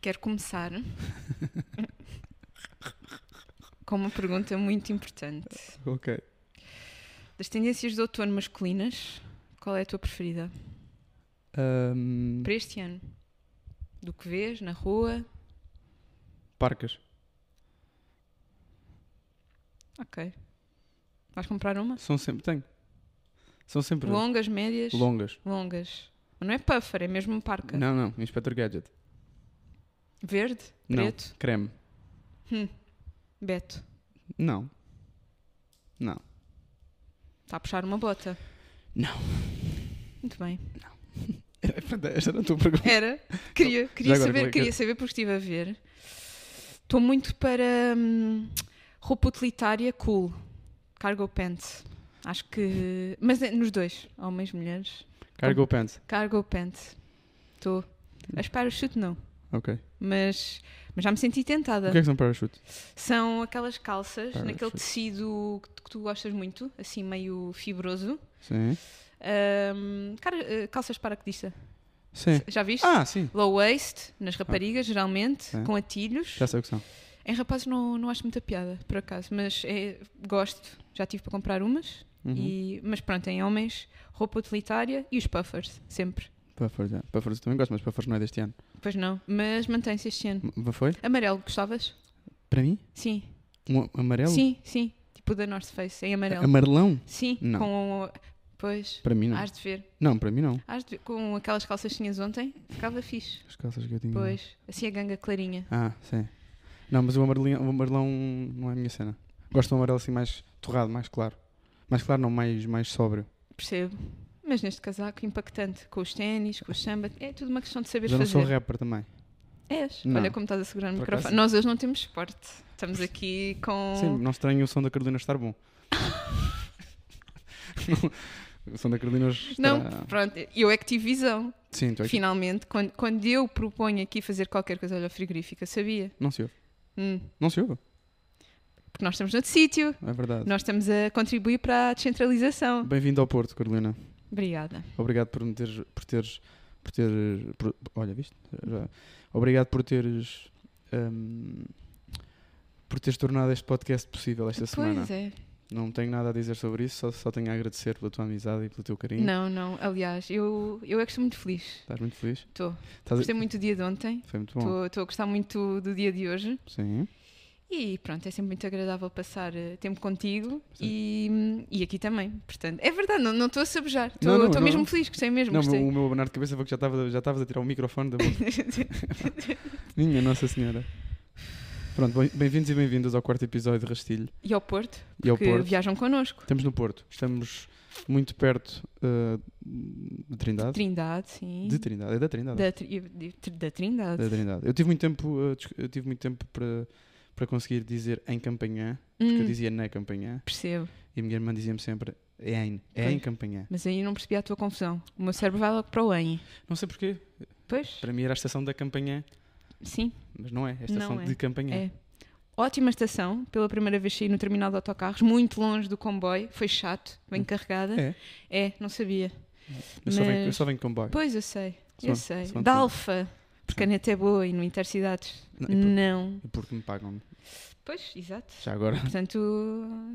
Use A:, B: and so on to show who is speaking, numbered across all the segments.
A: Quero começar com uma pergunta muito importante.
B: Ok.
A: Das tendências de outono masculinas, qual é a tua preferida?
B: Ahm,
A: Para este ano? Do que vês na rua?
B: parcas.
A: Ok. Vais comprar uma?
B: São sempre. Tenho. São sempre
A: Longas, médias?
B: longas.
A: Longas. Mas não é puffer, é mesmo parca.
B: Não, não. Inspector Gadget.
A: Verde?
B: Não.
A: Preto?
B: Creme.
A: Beto.
B: Não. Não.
A: Está a puxar uma bota.
B: Não.
A: Muito bem.
B: Esta era a tua pergunta.
A: Era. Queria, queria
B: agora, como
A: saber,
B: é que-
A: queria saber porque estive a ver. Estou muito para hum, roupa utilitária cool. Cargo pants. Acho que. Mas é nos dois, homens, mulheres.
B: Cargo pants.
A: Cargo pants. Estou. Mas parachute não.
B: Ok.
A: Mas, mas já me senti tentada.
B: O que é que são parachute?
A: São aquelas calças,
B: Parachute.
A: naquele tecido que tu- que tu gostas muito, assim meio fibroso.
B: Sim.
A: Hum, cara, eh, calças de paraquedista.
B: Sim.
A: Já viste?
B: Ah, sim.
A: Low waist, nas raparigas, geralmente,
B: Ah. É.
A: com atilhos.
B: Já sei o que são.
A: Em rapazes não, não acho muita piada, por acaso, mas é- gosto. Já tive para comprar umas.
B: Uhum.
A: E, mas pronto, em homens, roupa utilitária e os puffers, sempre.
B: Puffers, é. Puffers eu também gosto, mas Puffers não é deste ano.
A: Pois não, mas mantém-se este ano.
B: M- Foi?
A: Amarelo, gostavas?
B: Para mim?
A: Sim,
B: Um a- amarelo?
A: sim, sim. Tipo da North Face, em amarelo.
B: Amarelão?
A: Sim,
B: Não.
A: com. Pois,
B: Para mim não.
A: hás de ver.
B: Não, para mim não.
A: Hás de ver. Com aquelas calças que tinhas ontem, ficava fixe.
B: As calças que eu tinha.
A: Pois, assim a ganga clarinha.
B: Ah, sim. Não, mas o amarelinho, o amarelão não é a minha cena. Gosto do amarelo assim mais torrado, mais claro. Mais claro não, mais, mais sóbrio.
A: Percebo. Mas neste casaco, impactante. Com os ténis, com o samba. É tudo uma questão de saber
B: Mas eu não sou
A: fazer.
B: rapper também.
A: És.
B: Não.
A: Olha como estás a segurar o
B: Por
A: microfone.
B: acaso?
A: Nós hoje não temos suporte. Estamos aqui com.
B: Sim, não estranho o som da Carolina estar bom. o som da Carolina hoje
A: não,
B: estará...
A: pronto, eu é que tive visão.
B: Sim, tu é que-
A: Finalmente, quando, quando eu proponho aqui fazer qualquer coisa, olha, frigorífica, sabia?
B: Não se ouve.
A: Hum,
B: Não se ouve.
A: porque nós estamos noutro sítio,
B: É verdade.
A: nós estamos a contribuir para a descentralização.
B: Bem-vindo ao Porto, Carolina.
A: Obrigada.
B: Obrigado por me teres. Por teres, por teres por- olha, viste? Já. Obrigado por teres. hum, por teres tornado este podcast possível esta semana.
A: Pois é.
B: Não tenho nada a dizer sobre isso, só, só tenho a agradecer pela tua amizade e pelo teu carinho.
A: Não, não, aliás, eu, eu é que estou muito feliz.
B: Estás muito feliz?
A: Estou.
B: Estás-
A: Gostei muito do dia de ontem.
B: Foi muito bom.
A: Estou estou a gostar muito do dia de hoje.
B: Sim.
A: E pronto, é sempre muito agradável passar eh, tempo contigo e, e aqui também. Portanto, é verdade, não não estou a sabejar.
B: Não, não,
A: Estou estou
B: não.
A: mesmo feliz, gostei mesmo.
B: Não, o
A: gostei.
B: meu- o meu abanar de cabeça foi que já estavas já estavas a tirar o microfone da boca. Minha Nossa Senhora. Pronto, bem- bem-vindos e bem-vindas ao quarto episódio de Rastilho
A: e ao Porto,
B: e ao
A: que
B: Porto.
A: viajam connosco.
B: Estamos no Porto. Estamos muito perto ah, de Trindade.
A: Trindade, sim.
B: De Trindade, é da Trindade.
A: Da, tri- de- de- da Trindade.
B: Da Trindade. Eu tive muito tempo, uh, discu- eu tive muito tempo para para conseguir dizer em Campanhã, porque eu
A: Hum,
B: dizia na Campanhã,
A: Percebo,
B: e a minha irmã dizia-me sempre é em, é em
A: Pois.
B: Campanhã.
A: mas aí não percebi a tua confusão. O meu cérebro vai logo para o em.
B: Não sei porquê,
A: Pois,
B: para mim era a estação da Campanhã,
A: sim,
B: mas não é, é a estação
A: Não é.
B: de Campanhã.
A: é. Ótima estação, pela primeira vez saí no terminal de autocarros, muito longe do comboio, foi chato, bem carregada.
B: É.
A: É, não sabia.
B: Eu, só venho, eu
A: Mas-
B: só venho de comboio.
A: Pois eu sei, eu
B: Swan-
A: sei.
B: Swan
A: da
B: Tour.
A: Alfa, porque a net é boa e no Intercidades.
B: Não, e por-
A: Não.
B: e Porque me pagam
A: Pois, exato.
B: já agora.
A: Portanto,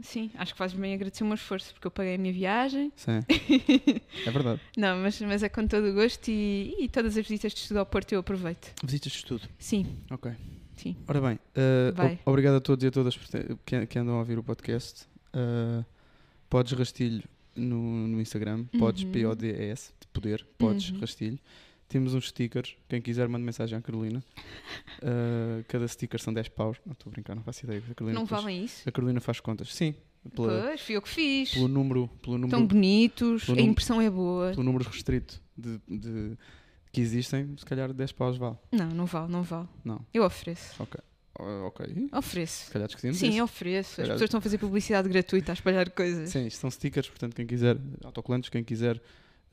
A: sim, acho que fazes bem agradecer o meu esforço, porque eu paguei a minha viagem.
B: Sim. é verdade.
A: Não, mas, mas é com todo o gosto e, e todas as visitas de estudo ao Porto eu aproveito.
B: Visitas de estudo.
A: Sim,
B: Ok.
A: sim.
B: Ora bem, uh,
A: Vai.
B: o- obrigado a todos e a todas por te- que, que andam a ouvir o podcast. Uh, podes Rastilho no, no Instagram, podes
A: Uhum.
B: P-O-D-S, de poder, podes
A: Uhum.
B: Rastilho. Temos uns stickers, quem quiser manda mensagem à Carolina. Uh, cada sticker são 10 paus. Não estou a brincar, não faço ideia. A Carolina,
A: Não
B: faz,
A: valem isso?
B: a Carolina faz contas, sim, pela-
A: pois, fui eu que fiz.
B: pelo número, pelo
A: Tão
B: número,
A: bonitos,
B: pelo
A: a
B: num-
A: impressão é boa.
B: pelo número restrito de, de- que existem, se calhar 10 paus vale.
A: Não, não vale, não vale.
B: Não,
A: Eu ofereço.
B: Ah, ok.
A: Ofereço.
B: Se calhar discutimos
A: Sim,
B: isso.
A: eu ofereço. As
B: Calhar-
A: pessoas estão a fazer publicidade gratuita, a espalhar coisas.
B: Sim, isto são stickers, portanto, quem quiser, autocolantes, quem quiser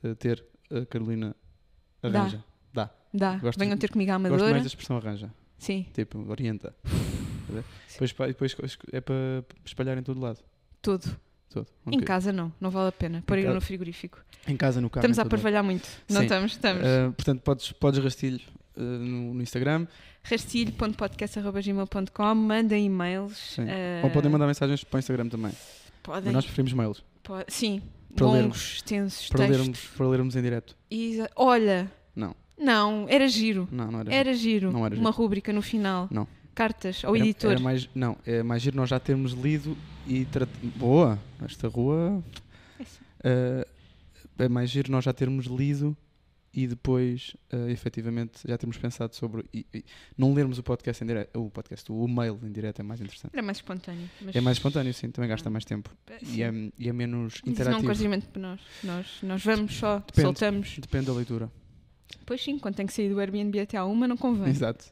B: eh, ter a Carolina arranja.
A: Dá.
B: Gosto-
A: Venham ter comigo à
B: Gosto
A: Amadora.
B: mais da expressão arranja,
A: Sim.
B: tipo, orienta. depois, pa- depois esco- é para espalhar em todo lado.
A: Todo.
B: Todo.
A: Em
B: Ok.
A: casa não, não vale a pena. Pôr eu
B: casa-
A: no frigorífico.
B: Em casa, no carro.
A: estamos a
B: em todo lado.
A: parvalhar muito. Não
B: Sim.
A: estamos, estamos.
B: Eh, portanto, podes, podes rastilho eh, no, no Instagram.
A: rastilho.podcast.gmail.com Mandem e-mails.
B: Sim.
A: eh,
B: Ou podem mandar mensagens para o Instagram também.
A: podem-
B: Mas nós preferimos mails.
A: po- sim,
B: para
A: longos, extensos,
B: Para
A: textos.
B: lermos, para lermos em direto.
A: Exa- Olha.
B: Não.
A: Não, era giro.
B: Não, não era.
A: Era giro.
B: Não era
A: Uma rúbrica no final.
B: Não.
A: Cartas ao
B: Era-
A: editor.
B: era mais, não, é mais giro nós já termos lido e trat... Boa! Esta rua.
A: É sim.
B: eh, é mais giro nós já termos lido e depois, eh, efetivamente, já termos pensado sobre. E, e não lermos o podcast em direto. O podcast, o mail em direto é mais interessante.
A: Era mais espontâneo. mas- eh,
B: É mais espontâneo, sim, também gasta mais tempo.
A: Sim.
B: E é, e é menos
A: Mas isso não é um
B: interativo.
A: constrangimento para nós. Nós, nós vamos só,
B: Depende.
A: soltamos.
B: Depende da leitura.
A: Pois sim, quando tem que sair do Airbnb até à uma, não convém.
B: Exato.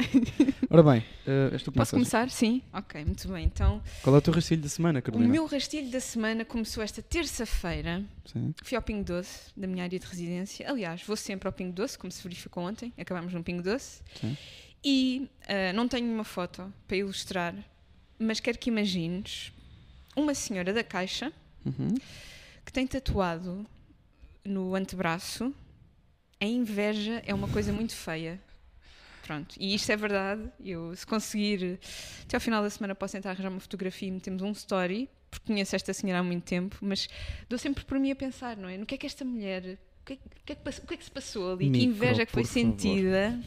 B: Ora bem, eh, és tu que
A: Posso
B: começas.
A: começar? Sim? Ok, muito bem. Então,
B: Qual é o teu rastilho da semana, Carolina?
A: o meu rastilho da semana começou esta terça-feira.
B: Sim.
A: Fui ao Pingo Doce, da minha área de residência. Aliás, vou sempre ao Pingo Doce, como se verificou ontem. Acabámos no Pingo Doce.
B: Sim.
A: E ah, não tenho uma foto para ilustrar, mas quero que imagines uma senhora da Caixa
B: Uhum.
A: que tem tatuado no antebraço a inveja é uma coisa muito feia. Pronto, e isto é verdade. Eu, se conseguir, até ao final da semana, posso tentar arranjar uma fotografia e metemos um story, porque conheço esta senhora há muito tempo, mas dou sempre por mim a pensar, não é? No que é que esta mulher, o que é, o que, é que pass- o que é que se passou ali? que
B: Micro,
A: inveja que foi
B: por favor.
A: sentida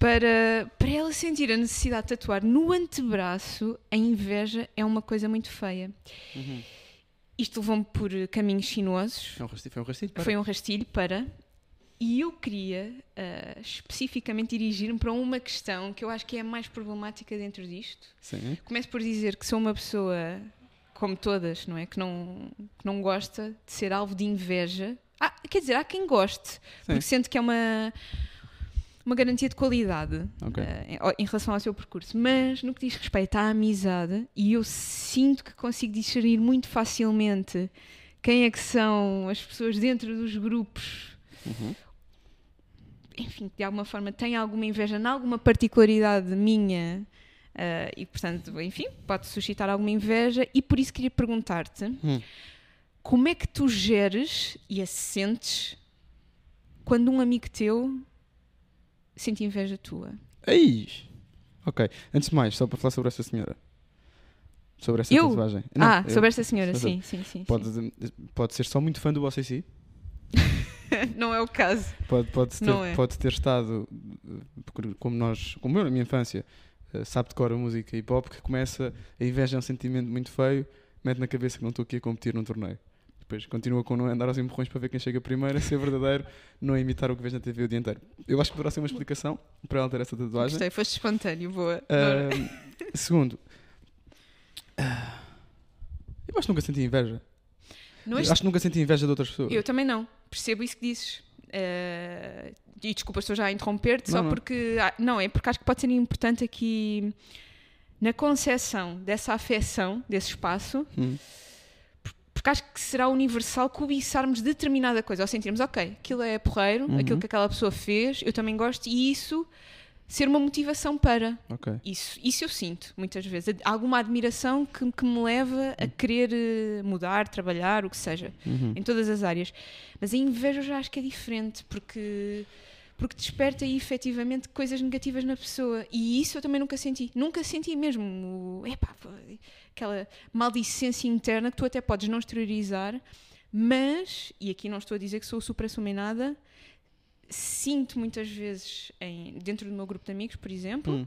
A: para, para ela sentir a necessidade de tatuar no antebraço? A inveja é uma coisa muito feia. Isto levou-me por eh, caminhos sinuosos.
B: É um rastilho, foi um rastilho. para-
A: Foi um rastilho para. E eu queria ah, especificamente dirigir-me para uma questão que eu acho que é a mais problemática dentro disto.
B: Sim.
A: Começo por dizer que sou uma pessoa, como todas, não é? Que não, que não gosta de ser alvo de inveja. Ah, quer dizer, há quem goste, porque sente que é uma, uma garantia de qualidade
B: Ok.
A: eh, em- ó, em relação ao seu percurso. Mas no que diz respeito à amizade, e eu sinto que consigo discernir muito facilmente quem é que são as pessoas dentro dos grupos.
B: Uhum.
A: Enfim, que de alguma forma têm alguma inveja em alguma particularidade minha eh, e, portanto, enfim, pode suscitar alguma inveja. E por isso queria perguntar-te
B: Hum.
A: como é que tu geres e a sentes quando um amigo teu sente inveja tua?
B: Ei! Ok. Antes de mais, só para falar sobre essa senhora. Sobre essa
A: Eu?
B: tatuagem.
A: ah,
B: eu-
A: sobre esta senhora, sim,
B: sobre-
A: sim, sim.
B: Pode,
A: sim.
B: pode ser só muito fã do OCC.
A: Não é o caso.
B: Pode, pode, ter,
A: Não é.
B: pode ter estado, eh, porque como nós, como eu na minha infância, eh, sabe de cor a música hip hop, que começa, a inveja é um sentimento muito feio, mete na cabeça que não estou aqui a competir num torneio. Depois continua com não andar aos empurrões para ver quem chega primeiro, a ser verdadeiro, não imitar o que vês na TV o dia inteiro. Eu acho que poderá ser uma explicação para ela ter essa tatuagem.
A: Gostei, foste espontâneo, boa.
B: Ah, segundo, ah, eu acho que nunca senti inveja.
A: Não
B: Eu
A: és-
B: acho que nunca senti inveja de outras pessoas.
A: Eu também não, percebo isso que dizes. Eh, e desculpa, estou já a interromper-te,
B: Não,
A: só
B: não.
A: porque. ah, não, é porque acho que pode ser importante aqui na concessão dessa afecção, desse espaço,
B: Hum.
A: porque acho que será universal cobiçarmos determinada coisa, ou sentirmos, ok, aquilo é porreiro,
B: Uhum.
A: aquilo que aquela pessoa fez, eu também gosto, e isso ser uma motivação para.
B: Ok.
A: Isso, isso eu sinto muitas vezes. Há Alguma admiração que, que me leva a querer eh, mudar, trabalhar, o que seja,
B: Uhum.
A: em todas as áreas. Mas a inveja eu já acho que é diferente, porque, porque desperta aí efetivamente coisas negativas na pessoa. E isso eu também nunca senti. Nunca senti mesmo o- epá, pô, aquela maldicência interna que tu até podes não exteriorizar, mas, e aqui não estou a dizer que sou supra-suma em nada, sinto muitas vezes em- dentro do meu grupo de amigos, por exemplo
B: Hum.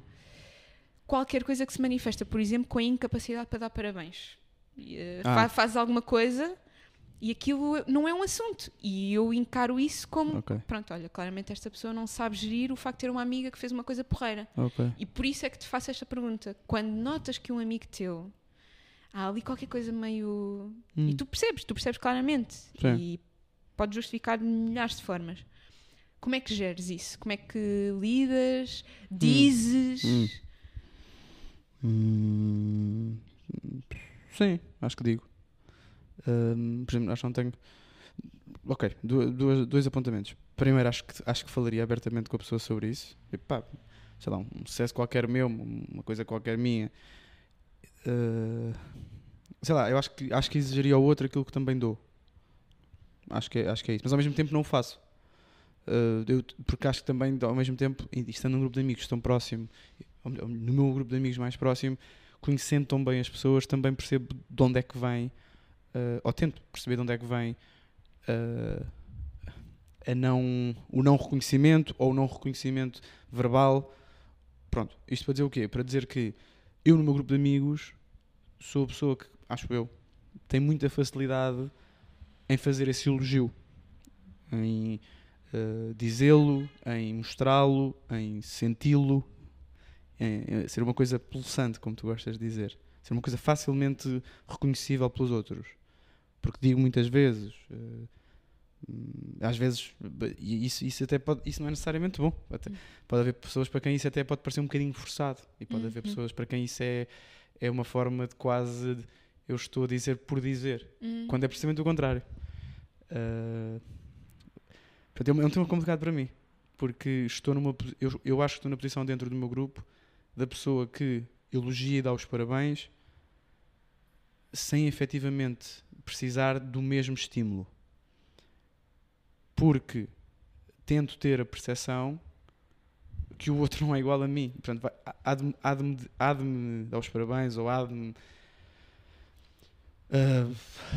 A: qualquer coisa que se manifesta, por exemplo, com a incapacidade para dar parabéns. E, eh,
B: Ah.
A: fa- faz alguma coisa e aquilo não é um assunto. E eu encaro isso como.
B: Ok.
A: Pronto, olha, claramente esta pessoa não sabe gerir o facto de ter uma amiga que fez uma coisa porreira.
B: Ok.
A: E por isso é que te faço esta pergunta. Quando notas que um amigo teu há ali qualquer coisa meio.
B: Hum.
A: E tu percebes, tu percebes claramente.
B: Sim.
A: E pode justificar de milhares de formas. Como é que geres isso? Como é que lidas? Dizes?
B: Hum. Hum, Sim, acho que digo. Hum, por exemplo, acho que não tenho. Ok, du- duas, dois apontamentos. Primeiro, acho que, acho que falaria abertamente com a pessoa sobre isso. E pá, sei lá, um sucesso qualquer meu, uma coisa qualquer minha. Eh, sei lá, eu acho que, acho que exigiria ao outro aquilo que também dou. Acho que, é- acho que é isso. Mas ao mesmo tempo não o faço. Uh, eu, porque acho que também, ao mesmo tempo, estando num grupo de amigos tão próximo, ou melhor, no meu grupo de amigos mais próximo, conhecendo tão bem as pessoas, também percebo de onde é que vem, uh, ou tento perceber de onde é que vem uh, a não, o não reconhecimento ou o não reconhecimento verbal. Pronto, isto para dizer o quê? Para dizer que eu, no meu grupo de amigos, sou a pessoa que, acho eu, tem muita facilidade em fazer esse elogio, em uh, dizê-lo, em mostrá-lo, em senti-lo, em, em É, ser uma coisa pulsante, como tu gostas de dizer, ser uma coisa facilmente reconhecível pelos outros. Porque digo muitas vezes, uh, às vezes, e isso, isso, até pode, isso não é necessariamente bom. Até, pode haver pessoas para quem isso até pode parecer um bocadinho forçado, e pode haver
A: Uhum.
B: pessoas para quem isso é, é uma forma de quase de- eu estou a dizer por dizer
A: Hum.
B: quando é precisamente o contrário. Ah, portanto, é um- é um tema complicado para mim, porque estou numa, posi- eu, eu acho que estou na posição dentro do meu grupo da pessoa que elogia e dá os parabéns sem efetivamente precisar do mesmo estímulo. Porque tento ter a percepção que o outro não é igual a mim. Portanto, vai- há- há de me- há de me há de me dar os parabéns ou há de me ah,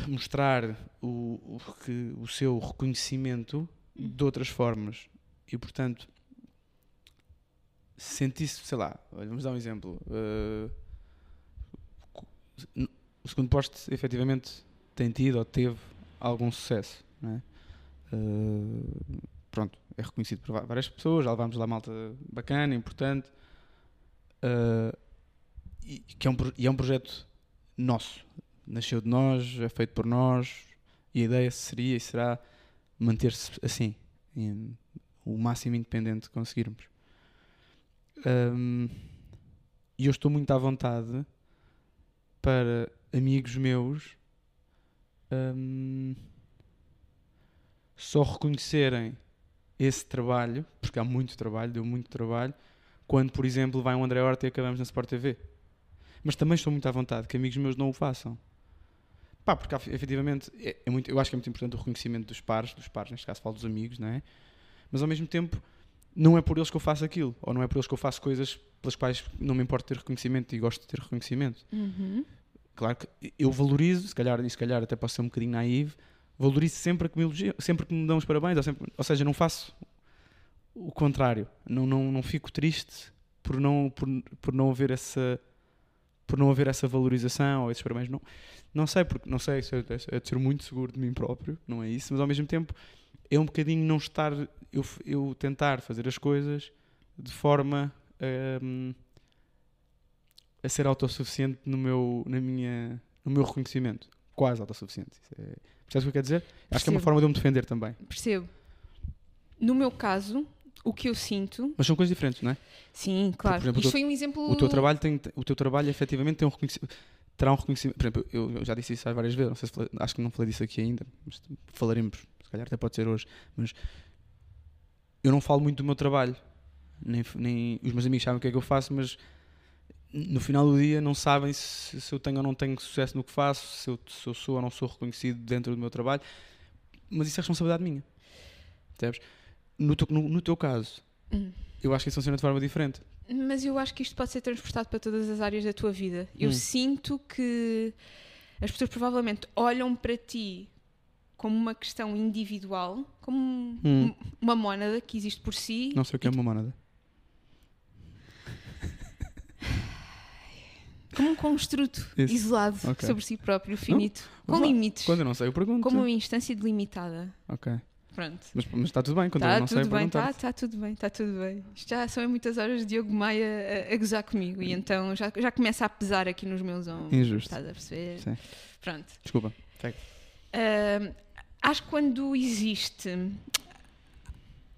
B: mostrar o, o, que- o seu reconhecimento de outras formas. E, portanto, sentisse, sei lá, olha, vamos dar um exemplo. Ah, co- n- o segundo poste, efetivamente, tem tido ou teve algum sucesso, não é? Ah, pronto, é reconhecido por va- várias pessoas, já levámos lá malta bacana, importante, Ah, e, que é um, pro- e é um projeto nosso, nasceu de nós, é feito por nós, e a ideia seria e será manter-se assim, em- o máximo independente que conseguirmos. Ahm, e eu estou muito à vontade para amigos meus ahm, só reconhecerem esse trabalho, porque há muito trabalho, deu muito trabalho, quando, por exemplo, vai um André Horta e acabamos na Sport TV. Mas também estou muito à vontade que amigos meus não o façam. Pá, porque há- efetivamente, é, é muito, eu acho que é muito importante o reconhecimento dos pares, dos pares, neste caso falo dos amigos, não é? Mas ao mesmo tempo, não é por eles que eu faço aquilo, ou não é por eles que eu faço coisas pelas quais não me importa ter reconhecimento e gosto de ter reconhecimento.
A: Uhum.
B: Claro que eu valorizo, se calhar, e se calhar até posso ser um bocadinho naivo, valorizo sempre que me elogiam, sempre que me dão os parabéns, ou, sempre- ou seja, não faço o contrário, não, não, não fico triste por não, por, por não haver essa por não haver essa valorização ou esses parabéns, não, não sei, porque não sei, isso é, é de ser muito seguro de mim próprio, não é isso, mas ao mesmo tempo é um bocadinho não estar, eu, f- eu tentar fazer as coisas de forma hum, a ser autossuficiente no meu, na minha, no meu reconhecimento. Quase autossuficiente. Isso É, percebes o que eu quero dizer? Acho que é uma
A: Percebo.
B: forma de eu me defender também.
A: Percebo. No meu caso, o que eu sinto.
B: Mas são coisas diferentes, não é?
A: Sim, claro.
B: exemplo, o
A: Isto
B: teu-
A: foi um exemplo.
B: O teu trabalho, tem, o teu trabalho efetivamente tem um reconhecimento. Terá um reconhecimento. Por exemplo, eu eu já disse isso várias vezes, não sei se falei- acho que não falei disso aqui ainda, mas falaremos, se calhar até pode ser hoje. Mas eu não falo muito do meu trabalho, nem, f- nem os meus amigos sabem o que é que eu faço, mas no final do dia não sabem se, se eu tenho ou não tenho sucesso no que faço, se eu, se eu sou ou não sou reconhecido dentro do meu trabalho, mas isso é responsabilidade minha. Percebes? No teu, no, no teu caso,
A: Hum.
B: eu acho que isso funciona de forma diferente.
A: Mas eu acho que isto pode ser transportado para todas as áreas da tua vida. Eu
B: Hum.
A: sinto que as pessoas provavelmente olham para ti como uma questão individual, como um-
B: Hum.
A: uma mónada que existe por si.
B: Não sei o que é uma monada.
A: como um construto
B: Isso.
A: isolado
B: Ok.
A: sobre si próprio, finito,
B: Vamos
A: com
B: lá.
A: limites,
B: Quando é eu não sei, eu pergunto.
A: como uma instância delimitada.
B: Ok.
A: Pronto.
B: Mas, mas está tudo bem, quando eu
A: Está
B: não sei,
A: tudo
B: eu
A: bem, está
B: pergunto.
A: tá tudo bem, está tudo bem. Isto já são muitas horas de Diogo Maia a, a gozar comigo e então já, já começa a pesar aqui nos meus ombros.
B: Injusto.
A: Estás a perceber?
B: Sim.
A: Pronto.
B: Desculpa.
A: Ahm, acho que quando existe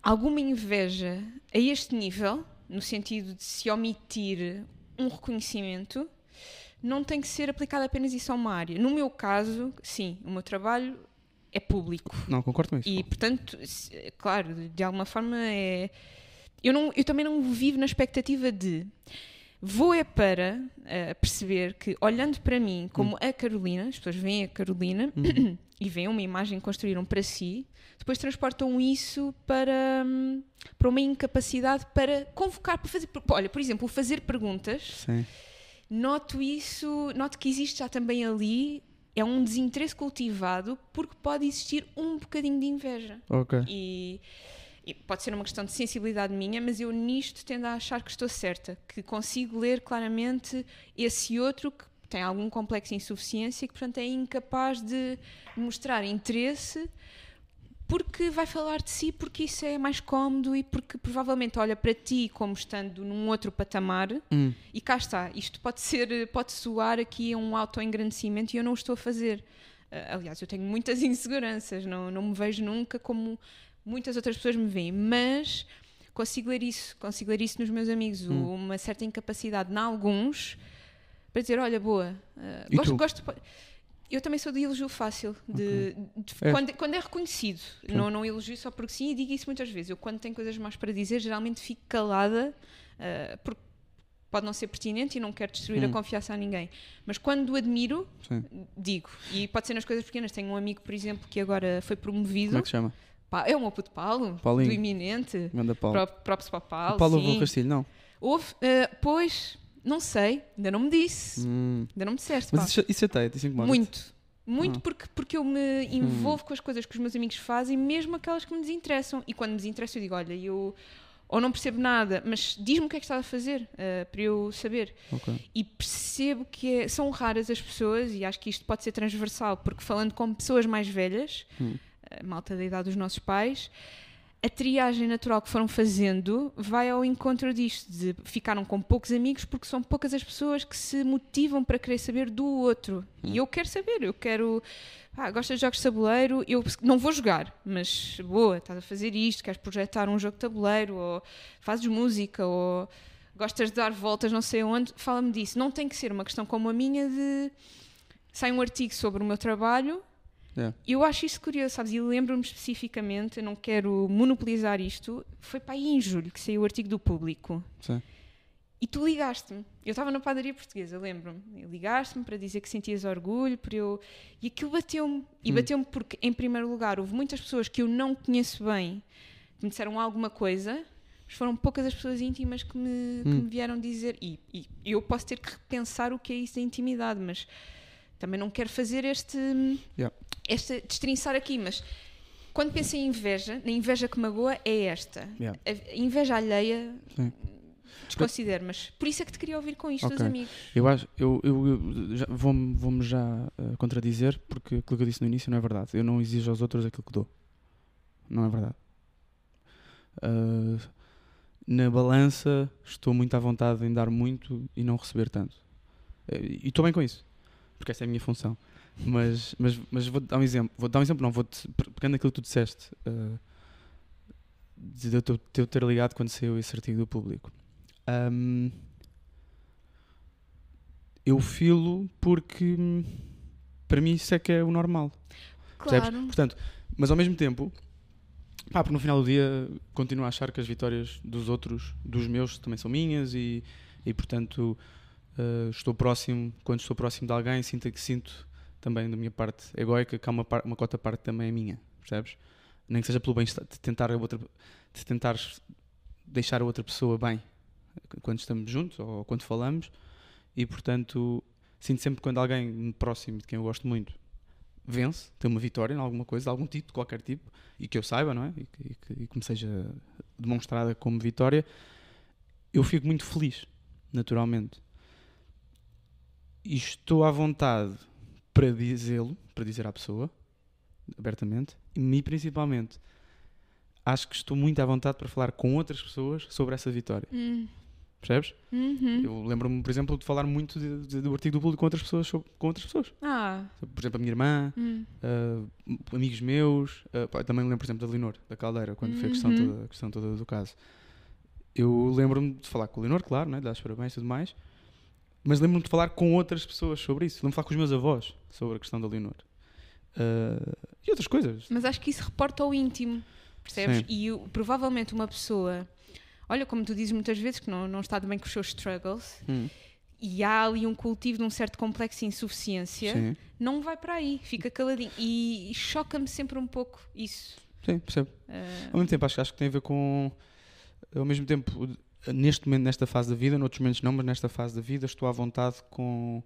A: alguma inveja a este nível, no sentido de se omitir um reconhecimento, não tem que ser aplicado apenas isso a uma área. No meu caso, sim, o meu trabalho é público.
B: Não, concordo com isso.
A: E, portanto, se- claro, de alguma forma é. Eu, não, eu também não vivo na expectativa de. Vou é para eh, perceber que, olhando para mim como a Carolina, as pessoas veem a Carolina e veem uma imagem que construíram para si, depois transportam isso para, hum, para uma incapacidade para convocar, para fazer. por- Olha, por exemplo, fazer perguntas
B: Sim.
A: Noto isso, noto que existe já também ali, é um desinteresse cultivado, porque pode existir um bocadinho de inveja.
B: Ok.
A: E, e pode ser uma questão de sensibilidade minha, mas eu nisto tendo a achar que estou certa, que consigo ler claramente esse outro que tem algum complexo de insuficiência e que, portanto, é incapaz de mostrar interesse porque vai falar de si, porque isso é mais cómodo e porque provavelmente olha para ti como estando num outro patamar.
B: Hum.
A: E cá está, isto pode ser, pode soar aqui a um autoengrandecimento e eu não o estou a fazer. Ah, aliás, eu tenho muitas inseguranças, não, não me vejo nunca como muitas outras pessoas me veem, mas consigo ler isso, consigo ler isso nos meus amigos, o-
B: Hum.
A: uma certa incapacidade em alguns para dizer, olha, boa, ah,
B: E
A: gosto,
B: tu?
A: gosto. po- Eu também sou de elogio fácil, de, de-
B: É.
A: Quando, quando é reconhecido, não, não elogio só porque sim, e digo isso muitas vezes. Eu, quando tenho coisas más para dizer, geralmente fico calada, ah, porque pode não ser pertinente e não quero destruir
B: Hum.
A: a confiança a ninguém. Mas quando o admiro,
B: Sim.
A: digo. E pode ser nas coisas pequenas. Tenho um amigo, por exemplo, que agora foi promovido.
B: Como é
A: É,
B: que se chama?
A: é o meu puto Paulo,
B: Paulinho.
A: do Iminente.
B: Manda Paulo.
A: Pró- Props para o Paulo.
B: O Paulo
A: sim.
B: ouve o Castilho, não?
A: Houve, ah, pois, não sei, ainda não me disse.
B: Hum.
A: Ainda não me disseste. pá.
B: Mas isso, isso até, isso é incomoda.
A: Muito. Muito
B: Ah. Hum.
A: porque, porque eu me envolvo com as coisas que os meus amigos fazem, mesmo aquelas que me desinteressam. E quando me desinteressam, eu digo: olha, eu ou não percebo nada, mas diz-me o que é que estás a fazer ah, para eu saber.
B: Ok.
A: E percebo que é- são raras as pessoas, e acho que isto pode ser transversal, porque falando com pessoas mais velhas, a malta da idade dos nossos pais, a triagem natural que foram fazendo vai ao encontro disto, de ficaram com poucos amigos porque são poucas as pessoas que se motivam para querer saber do outro. E eu quero saber, eu quero. Ah, gostas de jogos de tabuleiro? Eu não vou jogar, mas boa, estás a fazer isto, queres projetar um jogo de tabuleiro, ou fazes música, ou gostas de dar voltas não sei onde, fala-me disso. Não tem que ser uma questão como a minha de sai um artigo sobre o meu trabalho.
B: É.
A: Eu acho isso curioso, sabes? E lembro-me especificamente, eu não quero monopolizar isto, foi para aí em julho que saiu o artigo do público.
B: Sim.
A: E tu ligaste-me. Eu estava na padaria portuguesa, lembro-me. E Ligaste-me para dizer que sentias orgulho, por eu... e aquilo bateu-me. E bateu-me porque, em primeiro lugar, houve muitas pessoas que eu não conheço bem que me disseram alguma coisa, mas foram poucas as pessoas íntimas que me, que
B: Hum.
A: me vieram dizer. E, e eu posso ter que repensar o que é isso da intimidade, mas também não quero fazer este.
B: Yeah.
A: esta destrinçar aqui, mas. Quando penso em inveja, na inveja que magoa é esta.
B: Yeah.
A: A inveja alheia
B: Sim.
A: Desconsidero, mas por isso é que te queria ouvir com isto dos
B: Ok.
A: amigos.
B: Eu acho, eu, eu, eu já- vou-me vou já eh, contradizer porque aquilo que eu disse no início não é verdade. Eu não exijo aos outros aquilo que dou. Não é verdade. Ah, na balança estou muito à vontade em dar muito e não receber tanto. Eh, E estou bem com isso, porque essa é a minha função. Mas, mas, mas vou dar um exemplo. Vou dar um exemplo, não, vou pegando aquilo que tu disseste. ah, de eu te- de eu ter ligado quando saiu esse artigo do público. Ahm, eu filo porque hum, para mim isso é que é o normal. percebes?
A: Claro.
B: Portanto, mas ao mesmo tempo, pá, porque no final do dia continuo a achar que as vitórias dos outros, dos meus, também são minhas e, e portanto eh, estou próximo, quando estou próximo de alguém, sinto que sinto também da minha parte egoica que há uma, par- uma cota parte também é minha, percebes? Nem que seja pelo bem de tentar a outra, de tentar deixar a outra pessoa bem quando estamos juntos ou quando falamos e portanto sinto sempre quando alguém próximo de quem eu gosto muito vence, tem uma vitória em alguma coisa, algum título, de qualquer tipo, e que eu saiba, não é? E que, e que- e que me seja demonstrada como vitória, eu fico muito feliz, naturalmente. E estou à vontade para dizê-lo, para dizer à pessoa, abertamente, e principalmente, acho que estou muito à vontade para falar com outras pessoas sobre essa vitória.
A: Hum.
B: Percebes?
A: Uhum.
B: Eu lembro-me, por exemplo, de falar muito de- de- do artigo do público com outras pessoas. sobre- Com outras pessoas.
A: Ah,
B: Por exemplo, a minha irmã,
A: hum.
B: Uh, m- amigos meus, uh, pá, também lembro, por exemplo, da Leonor, da Caldeira, quando foi a questão,
A: Uhum.
B: toda, a questão toda do caso. Eu lembro-me de falar com a Leonor, claro, né, de dar os parabéns e tudo mais, mas lembro-me de falar com outras pessoas sobre isso. Lembro-me de falar com os meus avós sobre a questão da Leonor. Uh, e outras coisas.
A: mas acho que isso reporta ao íntimo, percebes?
B: Sim.
A: E o- provavelmente uma pessoa olha, como tu dizes muitas vezes, que não, não está de bem com os seus struggles
B: Hum,
A: e há ali um cultivo de um certo complexo de insuficiência,
B: sim,
A: não vai para aí, fica caladinho. E, e choca-me sempre um pouco isso.
B: sim, percebo.
A: Ah,
B: Ao mesmo tempo, acho, que- acho que tem a ver com. Ao mesmo tempo, neste momento, nesta fase da vida, noutros momentos não, mas nesta fase da vida, estou à vontade com.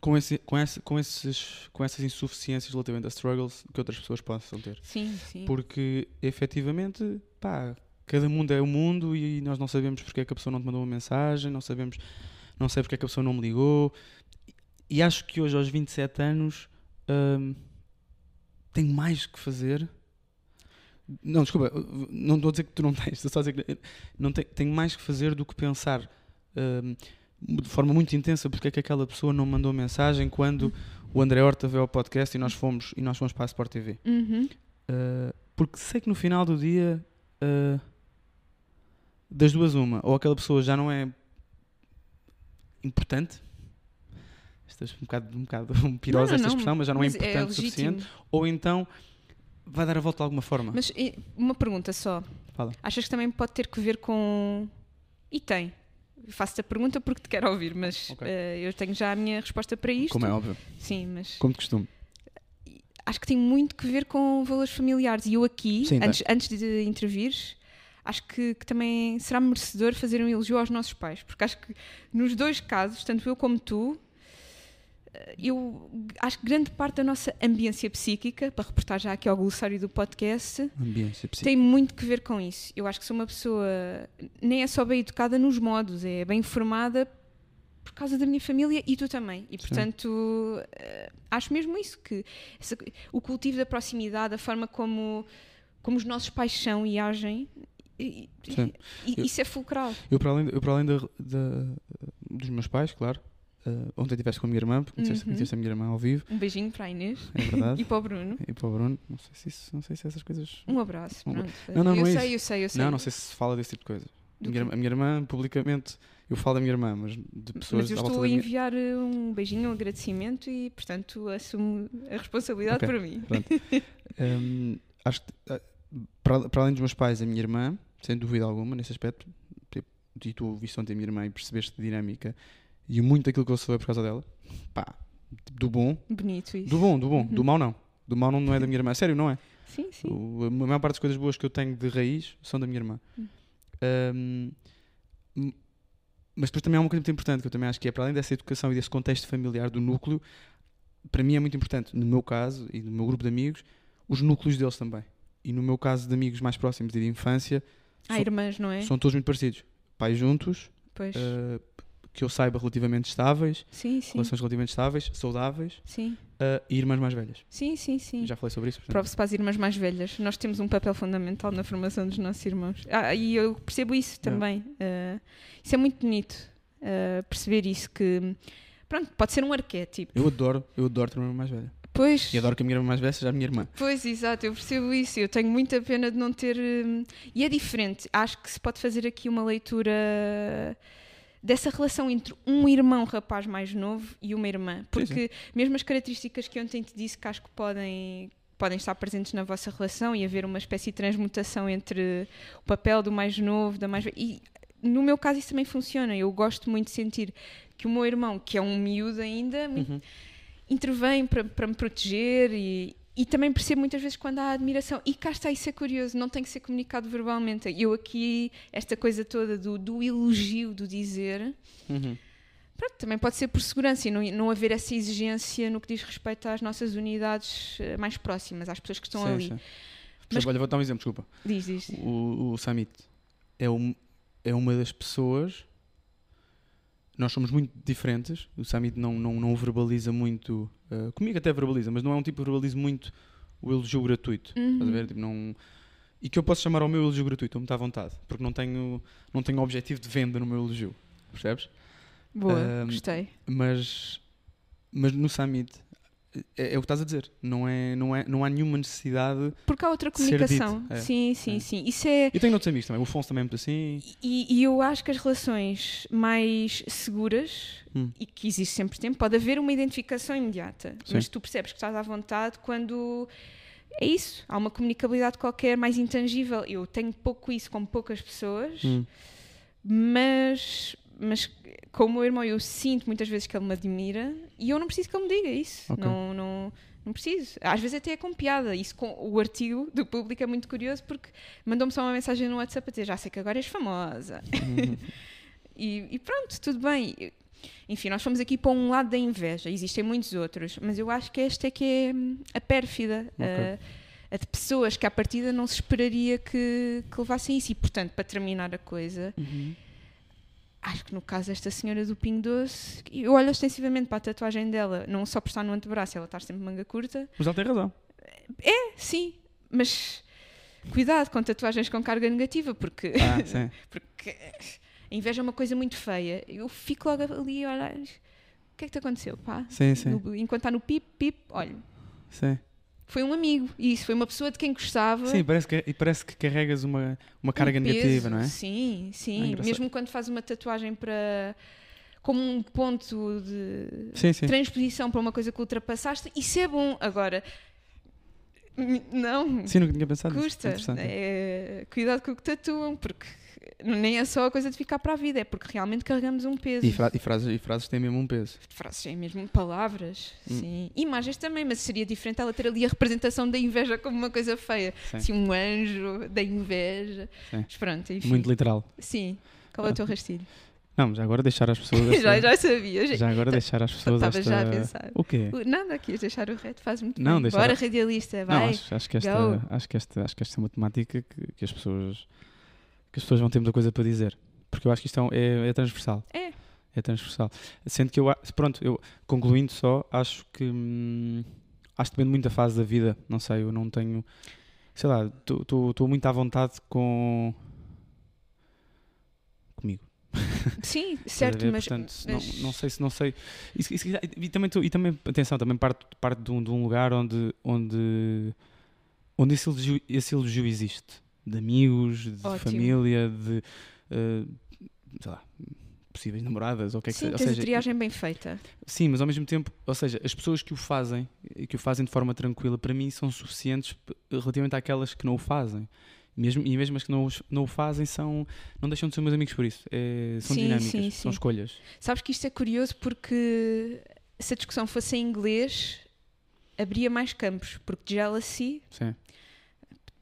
B: Com, esse, com, essa- com, esses, com essas insuficiências relativamente a struggles que outras pessoas possam ter.
A: sim, sim.
B: Porque efetivamente, pá, cada mundo é um mundo e nós não sabemos porque é que a pessoa não te mandou uma mensagem, não sabemos, não sei porque é que a pessoa não me ligou. E acho que hoje, aos 27 anos, hum, tenho mais que fazer. Não, desculpa, não estou a dizer que tu não tens, estou só a dizer que eh, não te- tenho mais que fazer do que pensar hum, de forma muito intensa porque é que aquela pessoa não mandou mensagem quando o André Horta veio ao podcast e nós fomos, e nós fomos para a Sport TV.
A: Uhum.
B: Uh, porque sei que no final do dia, uh, das duas, uma, ou aquela pessoa já não é importante. Estás um bocado, um bocado pirosa
A: Não, não,
B: esta
A: não,
B: expressão, mas já não
A: Mas
B: é importante o
A: legítimo.
B: suficiente. Ou então vai dar a volta de alguma forma.
A: Mas eh, uma pergunta só.
B: Fala.
A: Achas que também pode ter que ver com. E tem. Faço-te a pergunta porque te quero ouvir, mas
B: Ok.
A: eh, eu tenho já a minha resposta para isto.
B: Como é óbvio,
A: Sim, mas
B: como de costume.
A: acho que tem muito que ver com valores familiares. E eu aqui,
B: Sim, tem.
A: antes, antes de intervir, acho que, que também será merecedor fazer um elogio aos nossos pais, porque acho que nos dois casos, tanto eu como tu, eh, eu acho que grande parte da nossa ambiência psíquica, para reportar já aqui ao glossário do podcast,
B: Ambiência psíquica.
A: tem muito que ver com isso. Eu acho que sou uma pessoa, nem é só bem educada nos modos, é bem formada por causa da minha família e tu também. E portanto, eh, acho mesmo isso, que essa co- o cultivo da proximidade, a forma como, como os nossos pais são e agem, e- e-
B: Sim.
A: e-
B: Eu-
A: isso é fulcral.
B: Eu, para além, eu, para além da, da- dos meus pais, claro. uh, ontem estiveste com a minha irmã, porque conheceste,
A: Uhum.
B: conheceste a minha irmã ao vivo,
A: Um beijinho para a Inês
B: é verdade.
A: e para o Bruno.
B: e para o Bruno, não sei se, isso, não sei se essas coisas.
A: Um abraço.
B: Um abra-
A: Pronto.
B: Não, não,
A: eu
B: não é
A: sei,
B: isso.
A: eu sei, eu sei.
B: Não, não sei se se fala desse tipo de coisa.
A: Do
B: Minha irmã- a minha irmã, publicamente, eu falo da minha irmã, mas de pessoas
A: Mas eu
B: à volta
A: estou
B: da
A: a
B: minha-
A: enviar eh, um beijinho, um agradecimento e, portanto, assumo a responsabilidade
B: Ok.
A: para mim.
B: Hum, acho que, ah, para, para além dos meus pais, a minha irmã, sem dúvida alguma, nesse aspecto, tipo, e tu ouviste ontem a minha irmã e percebeste a dinâmica, e muito daquilo que eu sou é por causa dela, pá, do bom,
A: Bonito isso.
B: do bom, do bom, do
A: Uhum.
B: mau não. Do mal não é da minha irmã, sério, não é?
A: Sim, sim.
B: O- a maior parte das coisas boas que eu tenho de raiz são da minha irmã. Hum, mas depois também há uma coisa muito importante que eu também acho que é para além dessa educação e desse contexto familiar do núcleo, para mim é muito importante, no meu caso e no meu grupo de amigos, os núcleos deles também. E no meu caso de amigos mais próximos e de infância,
A: Há
B: são-
A: irmãs, não é?
B: são todos muito parecidos. Pais juntos,
A: Pois.
B: ah, que eu saiba relativamente estáveis,
A: sim, sim.
B: relações relativamente estáveis, saudáveis,
A: Sim,
B: ah, e irmãs mais velhas.
A: sim, sim. sim.
B: Já falei sobre isso. portanto.
A: Prove-se para as irmãs mais velhas. Nós temos um papel fundamental na formação dos nossos irmãos. Ah, e eu percebo isso
B: É.
A: também. Ah, isso é muito bonito. ah, perceber isso que. Pronto, pode ser um arquétipo.
B: Eu adoro, eu adoro ter uma irmã mais velha.
A: Pois.
B: E adoro que a minha irmã mais velha seja a minha irmã.
A: Pois, exato, eu percebo isso. Eu tenho muita pena de não ter. hum, E é diferente. Acho que se pode fazer aqui uma leitura dessa relação entre um irmão rapaz mais novo e uma irmã. Porque, mesmo as características que ontem te disse, que acho que podem. Podem estar presentes na vossa relação e haver uma espécie de transmutação entre o papel do mais novo, da mais velha. E no meu caso isso também funciona. Eu gosto muito de sentir que o meu irmão, que é um miúdo ainda, muito intervém para, para me proteger e, e também percebo muitas vezes quando há admiração. E cá está, isso é curioso, não tem que ser comunicado verbalmente. Eu aqui, esta coisa toda do, do elogio, do dizer,
B: Uhum.
A: pronto, também pode ser por segurança e não, não haver essa exigência no que diz respeito às nossas unidades eh, mais próximas, às pessoas que estão
B: Sim,
A: ali.
B: sim. Por exemplo, olha, vou dar um exemplo, desculpa.
A: Diz, diz.
B: O, o Samit é, um, é uma das pessoas. Nós somos muito diferentes. O Samit não, não, não verbaliza muito. eh, comigo até verbaliza, mas não é um tipo que verbaliza muito o elogio gratuito. Estás
A: Uhum.
B: a ver? Tipo, não, e que eu posso chamar ao meu elogio gratuito, eu me está à vontade, porque não tenho, não tenho objetivo de venda no meu elogio. Percebes?
A: Boa,
B: Ahm,
A: gostei.
B: mas mas no summit é, é o que estás a dizer não é não é não há nenhuma necessidade
A: Porque há outra
B: ser dito,
A: comunicação.
B: é,
A: Sim, sim,
B: é.
A: sim. Isso é.
B: e tenho outros amigos também o Afonso também é muito assim
A: E, e eu acho que as relações mais seguras
B: Hum.
A: e que existe sempre tempo, pode haver uma identificação imediata,
B: Sim.
A: mas tu percebes que estás à vontade quando é isso. Há uma comunicabilidade qualquer mais intangível. Eu tenho pouco isso com poucas pessoas,
B: Hum.
A: mas, mas com o meu irmão eu sinto muitas vezes que ele me admira e eu não preciso que ele me diga isso.
B: Ok.
A: Não, não, não preciso. Às vezes até é com piada. Isso com o artigo do público é muito curioso porque mandou-me só uma mensagem no WhatsApp a dizer já sei que agora és famosa.
B: Uhum.
A: E, e pronto, tudo bem. Enfim, nós fomos aqui para um lado da inveja, existem muitos outros, mas eu acho que esta é que é hum, a pérfida,
B: Ok.
A: a, a de pessoas que à partida não se esperaria que, que levassem isso. E portanto, para terminar a coisa,
B: Uhum.
A: acho que no caso desta senhora do Pingo Doce, eu olho ostensivamente para a tatuagem dela, não só por estar no antebraço, ela está sempre manga curta,
B: Mas ela tem razão.
A: sim, mas cuidado com tatuagens com carga negativa, porque
B: Ah, sim.
A: porque a inveja é uma coisa muito feia. Eu fico logo ali a olhar. O que é que te aconteceu, pá?
B: Sim, sim.
A: No- enquanto está no pip, pip, olha,
B: Sim.
A: foi um amigo. E isso foi uma pessoa de quem gostava.
B: Sim, parece que, e parece que carregas uma, uma carga
A: um peso.
B: negativa, não é?
A: Sim,
B: É
A: sim.
B: engraçado.
A: Mesmo quando faz uma tatuagem para. como um ponto de
B: Sim, sim.
A: transposição para uma coisa que ultrapassaste, isso é bom. Agora, n- não,
B: Sim, nunca tinha pensado nisso.
A: custa.
B: Interessante.
A: É, cuidado com o que tatuam, porque nem é só a coisa de ficar para a vida, é porque realmente carregamos um peso.
B: E, fra- e frases, e frases têm mesmo um peso.
A: Frases é mesmo palavras,
B: Hum.
A: sim. Imagens também, mas seria diferente ela ter ali a representação da inveja como uma coisa feia.
B: Sim.
A: Assim, um anjo da inveja.
B: Sim.
A: Mas pronto, enfim.
B: Muito Ah, literal.
A: Sim. Qual é o teu rastilho?
B: Não, mas já agora deixar as pessoas. esta-
A: já, já sabia. Já,
B: já agora deixar as pessoas.
A: Estava
B: esta...
A: já a pensar.
B: O quê?
A: O- Nada, quis deixar o reto, faz muito
B: Não,
A: bem.
B: deixar-
A: Bora, radialista,
B: Não,
A: vai.
B: acho, acho que
A: go.
B: esta, acho, que esta, acho que esta é uma temática que, que as pessoas. que as pessoas vão ter muita coisa para dizer. Porque eu acho que isto é um- é, é transversal.
A: É.
B: É transversal. Sendo que eu. a- Pronto, eu concluindo só, acho que. hum, acho que depende muito da fase da vida. Não sei, eu não tenho. Sei lá, estou muito à vontade com. comigo.
A: Sim,
B: Estás a
A: certo,
B: ver?
A: mas.
B: Portanto, se
A: mas-
B: Não, não sei se não sei. E, se- e se- e também, tu- e também, atenção, também parte, parte de, um, de um lugar onde, onde, onde esse, elogio, esse elogio existe. De amigos, de
A: Ótimo.
B: família, de eh, sei lá, possíveis namoradas, ou o que é que
A: sim,
B: seja. Ou
A: tens
B: seja,
A: a triagem bem feita.
B: Sim, mas ao mesmo tempo, ou seja, as pessoas que o fazem, e que o fazem de forma tranquila, para mim são suficientes p- relativamente àquelas que não o fazem. Mesmo, e mesmo as que não, os- não o fazem são, não deixam de ser meus amigos por isso. É, são
A: Sim,
B: dinâmicas,
A: sim,
B: são
A: sim.
B: escolhas.
A: Sabes que isto é curioso porque se a discussão fosse em inglês abria mais campos, porque jealousy
B: Sim.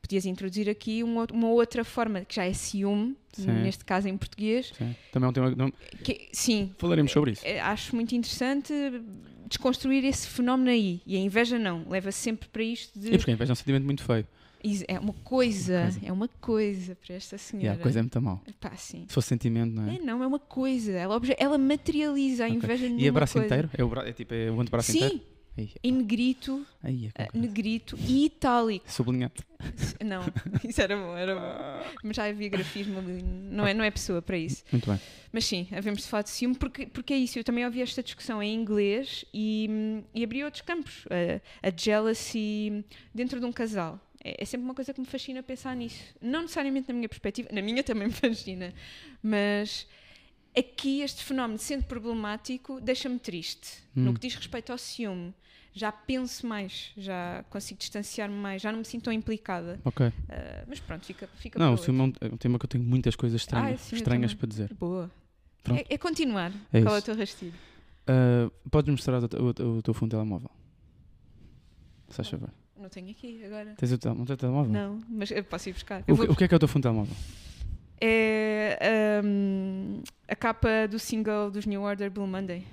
A: podias introduzir aqui uma, ou- uma outra forma, que já é ciúme,
B: Sim.
A: neste caso em português.
B: Sim. Também é um tema que não-
A: Que, sim,
B: falaremos sobre isso.
A: eh, acho muito interessante desconstruir esse fenómeno aí. E a inveja não, leva sempre para isto de.
B: E porque a inveja é um sentimento muito feio.
A: Is- É uma coisa,
B: Coisa.
A: é uma coisa para esta
B: E
A: senhora.
B: a coisa é muito mal.
A: Pá, sim.
B: Se fosse sentimento, não é?
A: É, não, é uma coisa. Ela, obje- ela materializa a
B: Ok.
A: inveja
B: E é
A: numa
B: braço
A: coisa.
B: inteiro? É, o bra... é tipo é o antebraço
A: Sim,
B: inteiro? Aí,
A: em negrito.
B: aí é
A: Ah,
B: com-
A: negrito e itálico.
B: Sublinhado.
A: Não, isso era bom, era
B: Ah.
A: bom. Mas já havia grafismo ali, não é, não é pessoa para isso.
B: Muito bem.
A: Mas sim, havemos de falar de ciúme, porque, porque é isso. Eu também ouvi esta discussão em inglês e, hum, e abri outros campos. A, a jealousy dentro de um casal. É, é sempre uma coisa que me fascina pensar nisso. Não necessariamente na minha perspectiva, na minha também me fascina, mas aqui este fenómeno sendo problemático deixa-me triste.
B: Hum.
A: No que diz respeito ao ciúme, já penso mais, já consigo distanciar-me mais, já não me sinto tão implicada.
B: Ok.
A: Ah, mas pronto, fica, fica
B: Não, o
A: para outro.
B: filme é um- é um tema que eu tenho muitas coisas estranhas,
A: Ah, sim, eu
B: estranhas
A: também.
B: para dizer.
A: Boa.
B: Pronto.
A: É, é continuar.
B: É
A: Qual é o
B: isso.
A: teu rastilho?
B: Ah, podes mostrar o, te- o, te- o teu fundo de telemóvel? Se faz favor.
A: Não tenho aqui agora.
B: Tens o, tel não tens o telemóvel?
A: Não, mas eu posso ir buscar. Eu
B: Hum. O,
A: vou
B: que, o que é que é o teu fundo de telemóvel?
A: buscar. É hum, a capa do single dos New Order Blue Monday.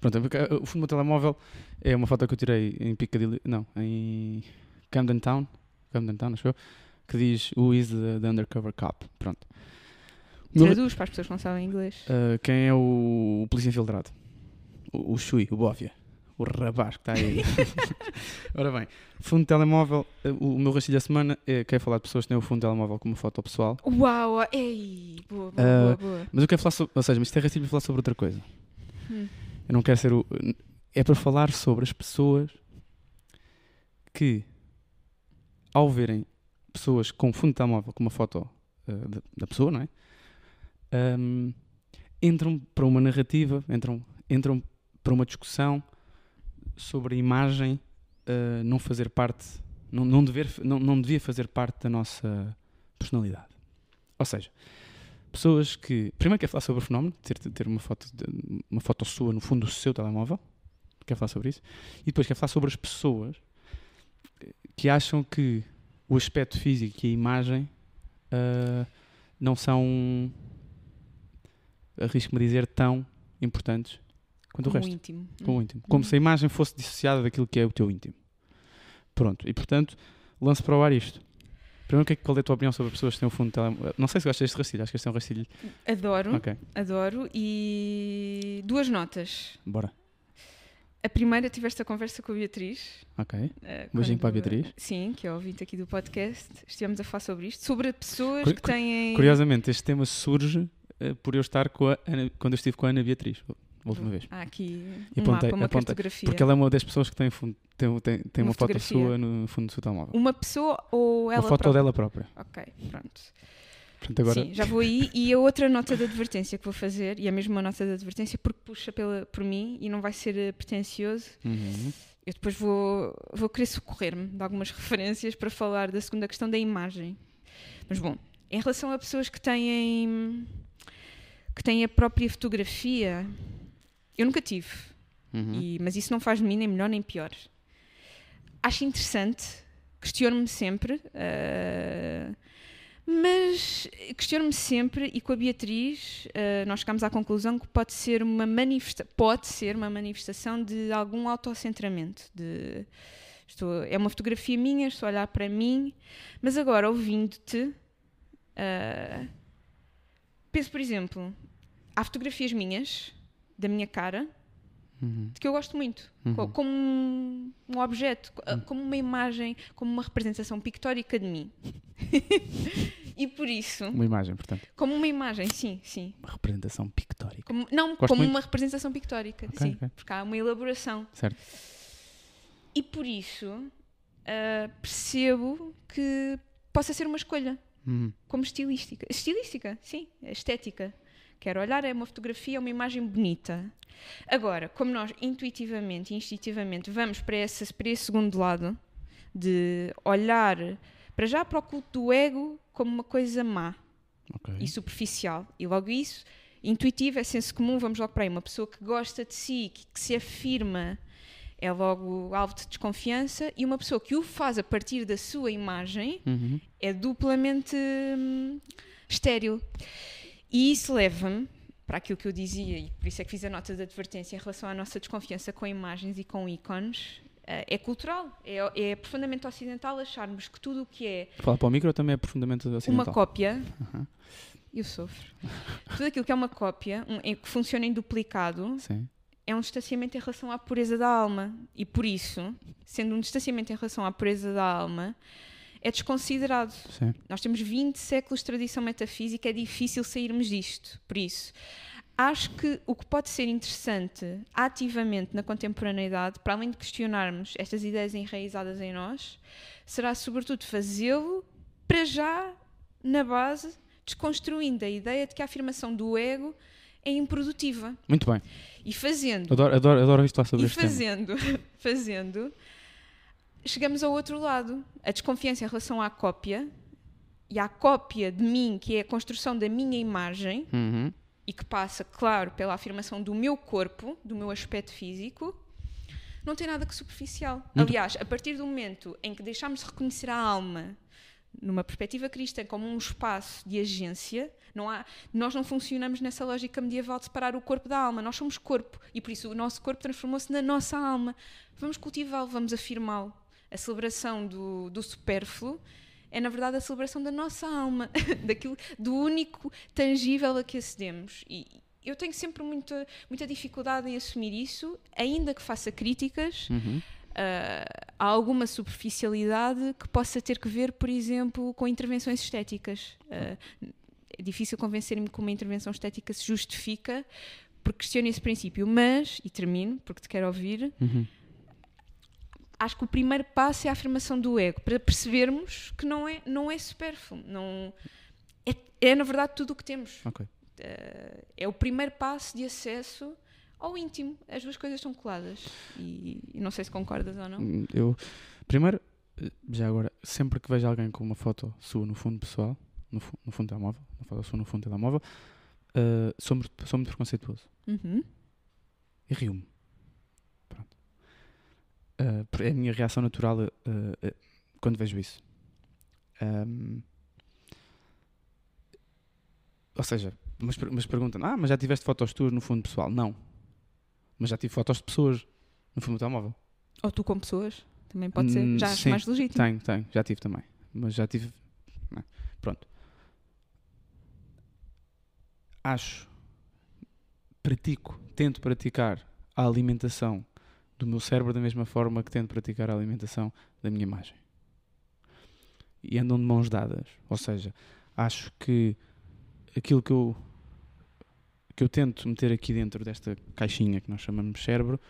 B: Pronto, é porque, ah, o fundo do meu telemóvel é uma foto que eu tirei em Piccadilly, não, em Camden Town, Camden Town, acho eu, que diz Who is the, the Undercover Cop? Pronto. O meu-
A: Traduz para as pessoas que não sabem inglês.
B: Ah, quem é o, o polícia infiltrado? O, o Chui, o Bóvia. O rabás que está aí. Ora bem, fundo de telemóvel, ah, o, meu rastilho da semana é quero falar de pessoas que têm o fundo de telemóvel como foto pessoal.
A: Uau, ah, ei, boa, boa, boa,
B: Ah,
A: boa.
B: Mas eu quero falar sobre. Ou seja, mas isto é racismo para falar sobre outra coisa.
A: Hum.
B: Eu não quero ser o. É para falar sobre as pessoas que, ao verem pessoas com um fundo de telemóvel com uma foto eh, da, da pessoa, não é? Ahm, entram para uma narrativa, entram, entram para uma discussão sobre a imagem eh, não fazer parte Não, não, dever, não, não devia fazer parte da nossa personalidade. Ou seja, pessoas que. Primeiro quero falar sobre o fenómeno, ter, ter uma, foto, de- uma foto sua no fundo do seu telemóvel. Quero falar sobre isso. E depois quero falar sobre as pessoas que acham que o aspecto físico e a imagem ah, não são, arrisco-me a dizer, tão importantes quanto o
A: Como
B: resto
A: íntimo.
B: com o íntimo. Como
A: Uhum.
B: se a imagem fosse dissociada daquilo que é o teu íntimo. Pronto, e portanto, lanço para o ar isto. Primeiro, o que é, que- qual é a tua opinião sobre pessoas que têm um fundo de telemóvel? Não sei se gostas deste rastilho, acho que este é um rastilho.
A: Adoro,
B: Ok,
A: adoro. E duas notas.
B: bora.
A: A primeira, tive esta conversa com a Beatriz.
B: Ok.
A: eh,
B: Um beijinho
A: quando-
B: para a Beatriz.
A: Sim, que é ouvinte aqui do podcast. Estivemos a falar sobre isto, sobre pessoas
B: Curi-
A: que têm.
B: Curiosamente, este tema surge eh, por eu estar com a Ana, quando eu estive com a Ana Beatriz, a última vez.
A: Há aqui
B: E
A: um
B: apontei-
A: mapa, uma
B: apontei,
A: cartografia.
B: Porque ela é uma das pessoas que tem, fundo- tem, um, tem, tem uma,
A: Uma
B: foto
A: fotografia.
B: sua no fundo do seu telemóvel.
A: Uma pessoa ou ela
B: uma foto
A: própria?
B: dela própria.
A: Ok, pronto.
B: Portanto, agora.
A: Sim, já vou aí. E a outra nota de advertência que vou fazer, e a mesma nota de advertência, porque puxa pela, por mim e não vai ser eh, pretencioso.
B: Uhum.
A: Eu depois vou, vou querer socorrer-me de algumas referências para falar da segunda questão da imagem. Mas bom, em relação a pessoas que têm que têm a própria fotografia, eu nunca tive,
B: Uhum.
A: e- mas isso não faz de mim nem melhor nem pior. Acho interessante, questiono-me sempre, ah, mas questiono-me sempre e com a Beatriz ah, nós chegámos à conclusão que pode ser uma manifesta pode ser uma manifestação de algum autocentramento, de estou- é uma fotografia minha, estou a olhar para mim, mas agora ouvindo-te ah, penso por exemplo há fotografias minhas da minha cara
B: Uhum.
A: de que eu gosto muito,
B: Uhum.
A: co- como um, um objeto, co- como uma imagem, como uma representação pictórica de mim. e por isso,
B: Uma imagem, portanto.
A: como uma imagem, sim, sim.
B: Uma representação pictórica.
A: Como- não,
B: Gosto
A: como
B: muito.
A: uma representação pictórica,
B: Ok,
A: sim,
B: ok.
A: porque há uma elaboração.
B: Certo?
A: E por isso, ah, percebo que possa ser uma escolha.
B: Uhum.
A: como estilística. Estilística, sim, é estética. Quero olhar, é uma fotografia, é uma imagem bonita. Agora, como nós intuitivamente e instintivamente vamos para, essa, para esse segundo lado, de olhar para já para o culto do ego como uma coisa má
B: Ok.
A: e superficial. E logo isso, intuitivo, é senso comum, vamos logo para aí. Uma pessoa que gosta de si, que, que se afirma, é logo alvo de desconfiança. E uma pessoa que o faz a partir da sua imagem
B: Uhum.
A: é duplamente hum, estéril. E isso leva-me para aquilo que eu dizia, e por isso é que fiz a nota de advertência em relação à nossa desconfiança com imagens e com ícones. Ah, é cultural, é, é profundamente ocidental acharmos que tudo o que é
B: Falar para o micro também é profundamente
A: uma
B: ocidental.
A: cópia, eu sofro, tudo aquilo que é uma cópia, um- em que funciona em duplicado,
B: Sim.
A: é um distanciamento em relação à pureza da alma. E por isso, sendo um distanciamento em relação à pureza da alma, é desconsiderado.
B: Sim.
A: Nós temos 20 séculos de tradição metafísica, é difícil sairmos disto. Por isso, acho que o que pode ser interessante ativamente na contemporaneidade, para além de questionarmos estas ideias enraizadas em nós, será sobretudo fazê-lo para já na base, desconstruindo a ideia de que a afirmação do ego é improdutiva
B: Muito bem.
A: e fazendo
B: Adoro, adoro, adoro isto lá
A: e
B: sobre este tema.
A: fazendo, fazendo, chegamos ao outro lado. A desconfiança em relação à cópia e à cópia de mim, que é a construção da minha imagem
B: Uhum.
A: e que passa, claro, pela afirmação do meu corpo, do meu aspecto físico, não tem nada que superficial. Aliás, a partir do momento em que deixamos de reconhecer a alma numa perspectiva cristã como um espaço de agência, não há, nós não funcionamos nessa lógica medieval de separar o corpo da alma, nós somos corpo e por isso o nosso corpo transformou-se na nossa alma. Vamos cultivá-lo, vamos afirmá-lo. A celebração do, do supérfluo é, na verdade, a celebração da nossa alma, daquilo, do único tangível a que acedemos. E eu tenho sempre muita, muita dificuldade em assumir isso, ainda que faça críticas
B: Uhum.
A: ah, há alguma superficialidade que possa ter que ver, por exemplo, com intervenções estéticas. Ah, é difícil convencer-me que uma intervenção estética se justifica porque questiono esse princípio, mas, e termino, porque te quero ouvir,
B: Uhum.
A: acho que o primeiro passo é a afirmação do ego, para percebermos que não é, não é supérfluo, não, é, é na verdade tudo o que temos.
B: Ok.
A: É o primeiro passo de acesso ao íntimo. As duas coisas estão coladas. E, e não sei se concordas ou não.
B: Eu, Hum, primeiro, eh, já agora, sempre que vejo alguém com uma foto sua no fundo pessoal, no, fu- no fundo telemóvel, uma foto sua no fundo telemóvel, eh, sou, muito, sou muito preconceituoso.
A: Uhum.
B: E rio-me. Pronto. Eh, por- é a minha reação natural eh, eh, quando vejo isso. Ahm, ou seja, mas, per- mas perguntam, ah, mas já tiveste fotos tuas no fundo pessoal? Não. Mas já tive fotos de pessoas no fundo do telemóvel.
A: Ou tu com pessoas, também pode ser.
B: Hum,
A: Já acho
B: sim,
A: mais legítimo.
B: Tenho, tenho, já tive também. Mas já tive. não, Pronto. Acho, pratico, tento praticar a alimentação do meu cérebro da mesma forma que tento praticar a alimentação da minha imagem. E andam de mãos dadas. Ou seja, acho que aquilo que eu, que eu tento meter aqui dentro desta caixinha que nós chamamos cérebro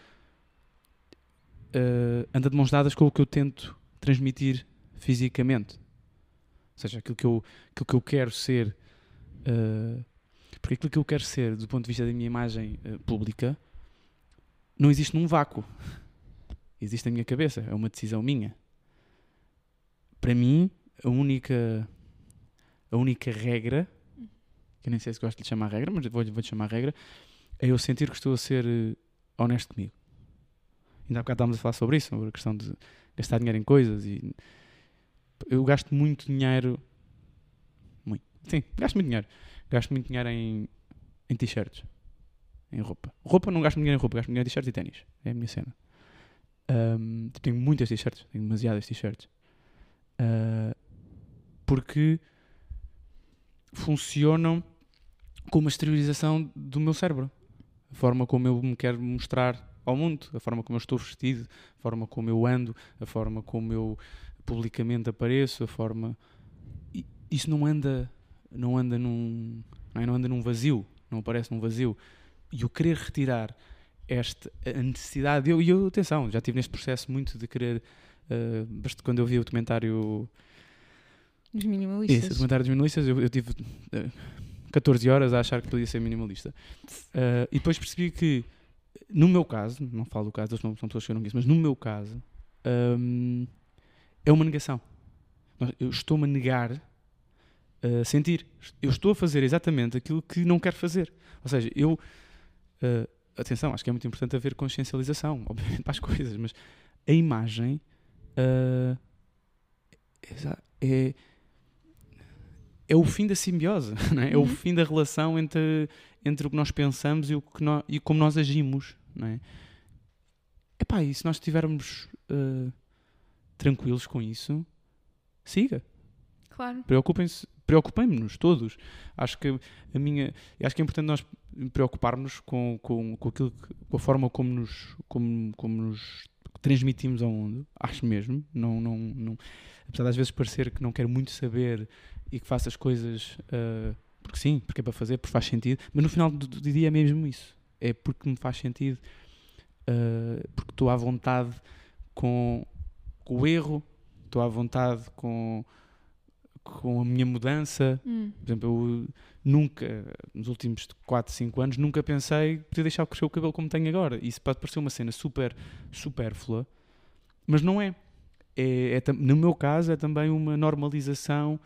B: eh, anda de mãos dadas com o que eu tento transmitir fisicamente. Ou seja, aquilo que eu, aquilo que eu quero ser. eh, porque aquilo que eu quero ser do ponto de vista da minha imagem eh, pública não existe num vácuo. Existe na minha cabeça. É uma decisão minha. Para mim, a única. A única regra. Que eu nem sei se gosto de lhe chamar regra, mas vou-lhe vou-lhe chamar regra. É eu sentir que estou a ser eh, honesto comigo. Ainda há bocado estávamos a falar sobre isso, sobre a questão de gastar dinheiro em coisas e eu gasto muito dinheiro muito sim gasto muito dinheiro gasto muito dinheiro em, em t-shirts em roupa roupa não gasto muito dinheiro em roupa gasto muito dinheiro em t-shirts e ténis é a minha cena Ahm, tipo, tenho muitas t-shirts tenho demasiadas t-shirts Ah, porque funcionam como a exteriorização do meu cérebro a forma como eu me quero mostrar ao mundo a forma como eu estou vestido a forma como eu ando a forma como eu publicamente apareço, a forma. I- Isso não anda, não anda num, não, é? Não anda num vazio, não aparece num vazio. E eu querer retirar esta a necessidade, eu, e eu, atenção, já tive neste processo muito de querer, eh, basta- quando eu vi o documentário,
A: Dos
B: isso, o
A: minimalistas.
B: documentário dos minimalistas, eu, eu tive eh, 14 horas a achar que podia ser minimalista. Eh, e depois percebi que, no meu caso, não falo do caso, eles não são pessoas que eu não conheço, mas no meu caso, hum, é uma negação. Nós- Eu estou-me a negar a sentir. Eu estou a fazer exatamente aquilo que não quero fazer. Ou seja, eu. eh, atenção, acho que é muito importante haver consciencialização, obviamente, para as coisas, mas a imagem. eh, exa- é, é o fim da simbiose, não é? É o
A: Uhum.
B: fim da relação entre, entre o que nós pensamos e, o que nó- e como nós agimos, não é? Epá, e se nós estivermos eh, tranquilos com isso, siga.
A: Claro.
B: Preocupem-se, preocupem-nos todos. Acho que a minha, acho que é importante nós preocuparmos com, com, com aquilo que- com a forma como nos, como, como nos transmitimos ao mundo. Acho mesmo, não, não, não, apesar das vezes parecer que não quero muito saber e que faço as coisas ah, porque sim, porque é para fazer, porque faz sentido, mas no final do, do dia é mesmo isso. É porque me faz sentido, ah, porque estou à vontade com, com o erro, estou à vontade com, com a minha mudança,
A: Hum.
B: por exemplo, eu nunca, nos últimos 4, 5 anos, nunca pensei que podia deixar crescer o cabelo como tenho agora. Isso pode parecer uma cena super supérflua, mas não é. É- é tam- no meu caso, é também uma normalização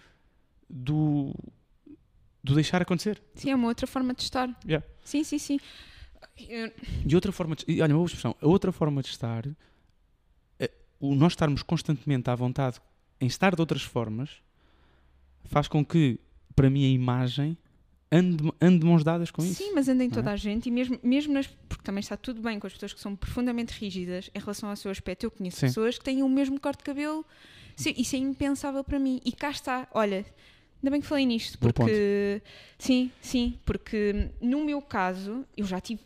B: do, do deixar acontecer.
A: Sim, é uma outra forma de estar.
B: Yeah.
A: Sim, sim, sim. Eu-
B: E outra forma de, e olha, uma boa expressão, a outra forma de estar, eh, o nós estarmos constantemente à vontade em estar de outras formas, faz com que, para mim, a imagem ande, ande de mãos dadas com isso.
A: Sim, mas anda em
B: não é?
A: toda a gente e mesmo, mesmo nas. Porque também está tudo bem com as pessoas que são profundamente rígidas em relação ao seu aspecto. Eu conheço
B: Sim.
A: pessoas que têm o mesmo corte de cabelo. Sim, isso é impensável para mim. E cá está, olha, ainda bem que falei nisto,
B: Bom
A: porque. Sim, sim, porque hum, no meu caso, eu já tive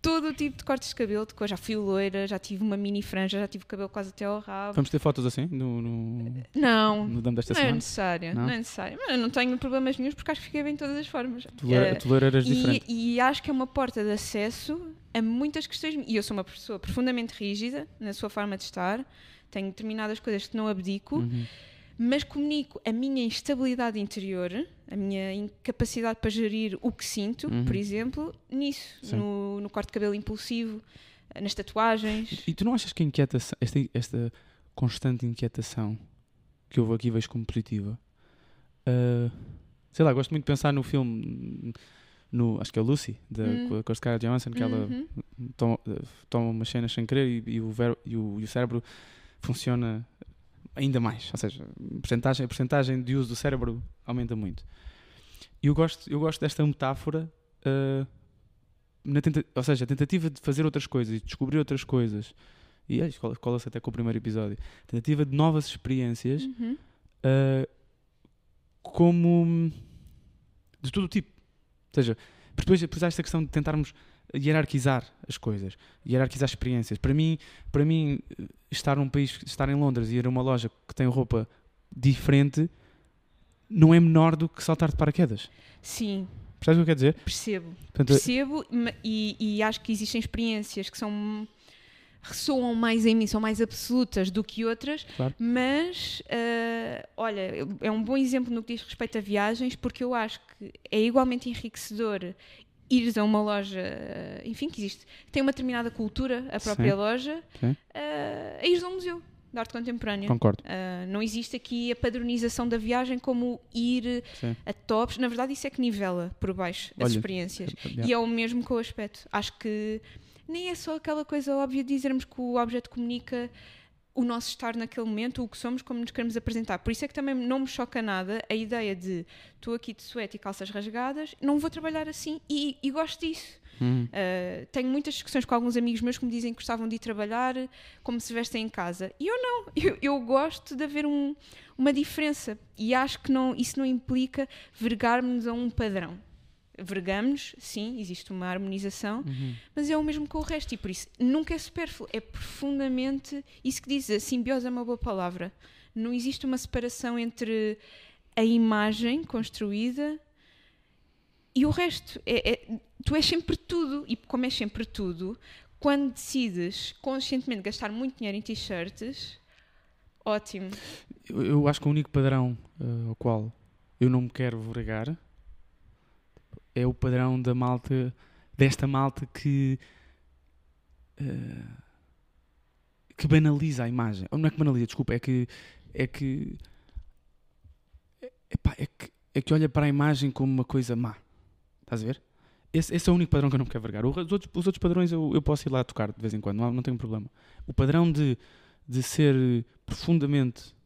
A: todo o tipo de cortes de cabelo, de coisa, já fui loira, já tive uma mini franja, já tive o cabelo quase até ao rabo.
B: Vamos ter fotos assim no, no,
A: Não,
B: no damo desta
A: não é
B: semana?
A: necessário,
B: Não?
A: não? é necessário. Mas eu não tenho problemas nenhums porque acho que fiquei bem de todas as formas.
B: Tu ler-
A: Eh,
B: tu ler eras
A: e,
B: diferente.
A: e acho que é uma porta de acesso a muitas questões. E eu sou uma pessoa profundamente rígida na sua forma de estar, tenho determinadas coisas que não abdico,
B: Uhum.
A: mas comunico a minha instabilidade interior, a minha incapacidade para gerir o que sinto,
B: Uhum.
A: por exemplo, nisso,
B: Sim.
A: no, no corte de cabelo impulsivo, nas tatuagens.
B: E tu não achas que a inquietação, esta, esta constante inquietação que eu aqui vejo como positiva. Ah, sei lá, gosto muito de pensar no filme, no, acho que é Lucy, da,
A: Hum.
B: com a Scarlett Johansson, que ela
A: Uhum.
B: toma, toma umas cenas sem querer e, e o, ver- e o- e o cérebro funciona ainda mais. Ou seja, a percentagem, a percentagem de uso do cérebro aumenta muito. E eu gosto, eu gosto desta metáfora, ah, na tenta- ou seja, a tentativa de fazer outras coisas e de descobrir outras coisas. E é, cola- cola-se até com o primeiro episódio. Tentativa de novas experiências
A: Uhum.
B: uh, como de todo o tipo. Ou seja, porque depois, depois há esta questão de tentarmos hierarquizar as coisas, hierarquizar experiências. Para mim, para mim eh, estar num país, estar em Londres e ir a uma loja que tem roupa diferente não é menor do que saltar de paraquedas.
A: Sim,
B: Percebes o que eu quero dizer?
A: percebo.
B: Portanto,
A: Percebo ma- e, e acho que existem experiências que são ressoam mais em mim, são mais absolutas do que outras,
B: Claro.
A: mas ah, olha, é um bom exemplo no que diz respeito a viagens, porque eu acho que é igualmente enriquecedor ires a uma loja, ah, enfim, que existe, que tem uma determinada cultura, a própria
B: Sim.
A: loja,
B: Sim.
A: ah, a ires a um museu de arte contemporânea.
B: concordo.
A: Ah, não existe aqui a padronização da viagem como ir
B: Sim.
A: a tops. Na verdade, isso é que nivela por baixo as
B: Olha,
A: experiências.
B: Yeah.
A: E é o mesmo com o aspecto. Acho que nem é só aquela coisa óbvia de dizermos que o objeto comunica o nosso estar naquele momento, o que somos, como nos queremos apresentar. Por isso é que também não me choca nada a ideia de estou aqui de suéte e calças rasgadas, não vou trabalhar assim e, e gosto disso.
B: Hum.
A: Uh, tenho muitas discussões com alguns amigos meus que me dizem que gostavam de ir trabalhar como se vestem em casa. E eu não. Eu, eu gosto de haver um- uma diferença. E acho que não, isso não implica vergarmos a um padrão. Vergamos, sim, existe uma harmonização, mas é o mesmo com o resto. E por isso, nunca é supérfluo. É profundamente. Isso que diz, a simbiose é uma boa palavra. Não existe uma separação entre a imagem construída e o resto. É- é- tu és sempre tudo. E como és sempre tudo, quando decides conscientemente gastar muito dinheiro em t-shirts, ótimo.
B: Eu, eu acho que o único padrão eh, ao qual eu não me quero vergar é o padrão da malta, desta malta que. eh, que banaliza a imagem. Ou não é que banaliza, desculpa, é que. é que. é- epá, é que, é que olha para a imagem como uma coisa má. Estás a ver? Esse, esse é o único padrão que eu não me quero vergar. O re- Os outros, os outros padrões eu, eu posso ir lá tocar de vez em quando, não, há- não tenho problema. O padrão de, de ser eh, profundamente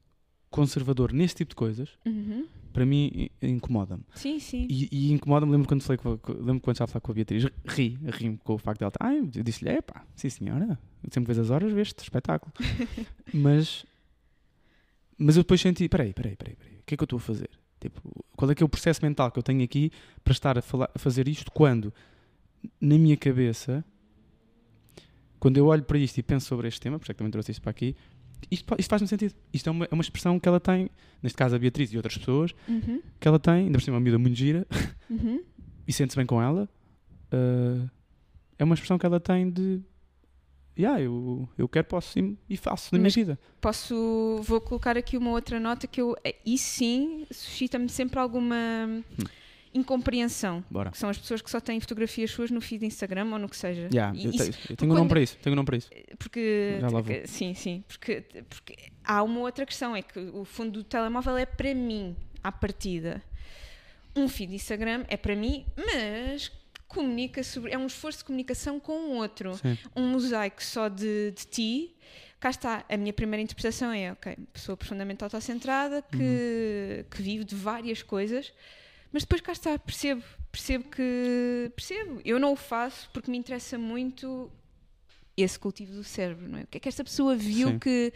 B: conservador nesse tipo de coisas,
A: Uhum.
B: para mim i- incomoda-me.
A: Sim, sim.
B: E, e incomoda-me, lembro quando, falei com, a- com- lembro quando estava a falar com a Beatriz, ri, ri-me com o facto dela. estar- Ah, eu disse-lhe, é pá, sim senhora, sempre vês as horas, vês este espetáculo. mas, mas eu depois senti, peraí, peraí, peraí, peraí, o que é que eu estou a fazer? Tipo, qual é que é o processo mental que eu tenho aqui para estar a, falar- a fazer isto quando, na minha cabeça, quando eu olho para isto e penso sobre este tema, porque é que também trouxe isto para aqui, isto, fa- isto faz-me sentido. Isto é uma, é uma expressão que ela tem, neste caso a Beatriz e outras pessoas,
A: Uhum.
B: que ela tem, ainda por cima é uma miúda muito gira,
A: Uhum.
B: e sente-se bem com ela, ah, é uma expressão que ela tem de yeah, eu, eu quero, posso e, e faço na
A: Mas-
B: minha vida.
A: Posso, vou colocar aqui uma outra nota que eu, eh, e sim, suscita-me sempre alguma incompreensão.
B: Bora.
A: Que são as pessoas que só têm fotografias suas no feed de Instagram ou no que seja.
B: Yeah,
A: E
B: eu, te-
A: isso-
B: eu tenho um
A: quando-
B: nome para isso, tenho um nome para isso.
A: porque,
B: Já lá vou.
A: porque- sim, sim, porque, porque há uma outra questão, é que o fundo do telemóvel é para mim, à partida. Um feed de Instagram é para mim, mas comunica sobre, é um esforço de comunicação com o outro
B: Sim.
A: um mosaico só de, de ti, cá está. A minha primeira interpretação é, ok, pessoa profundamente autocentrada que,
B: Uhum.
A: que vive de várias coisas, mas depois cá está, percebo, percebo que. percebo. Eu não o faço porque me interessa muito esse cultivo do cérebro, não é? O que é que esta pessoa viu
B: Sim.
A: que.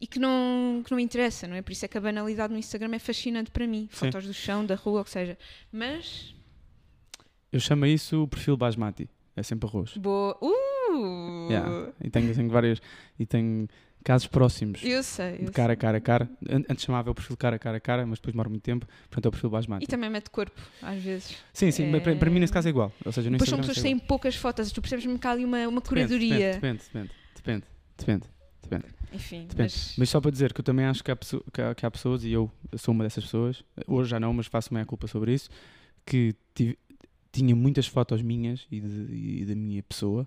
A: E que não, que não me interessa, não é? Por isso é que a banalidade no Instagram é fascinante para mim. Fotos do chão, da rua, ou que seja. Mas,
B: Eu chamo isso o perfil basmati, é sempre arroz.
A: boa. Uh!
B: Yeah. E tenho, tenho várias, e tenho casos próximos.
A: Eu sei. eu
B: De cara a cara a cara. An- Antes chamava o perfil cara a cara a cara, mas depois demora muito tempo, portanto é o perfil
A: E
B: basmati.
A: também mete corpo, às vezes.
B: Sim, sim,
A: É-
B: para, para mim nesse caso é igual. Ou seja, no
A: Depois são
B: Instagram
A: pessoas que
B: isso é igual.
A: têm poucas fotos, tu percebes mesmo que há ali uma, uma
B: Depende,
A: curadoria.
B: depende, depende, depende, depende, depende.
A: Enfim,
B: Depende.
A: mas.
B: Mas só para dizer que eu também acho que há, pesso- que há- que há pessoas, e eu sou uma dessas pessoas, hoje já não, mas faço meia culpa sobre isso, que tive- tinha muitas fotos minhas e, de- e da minha pessoa,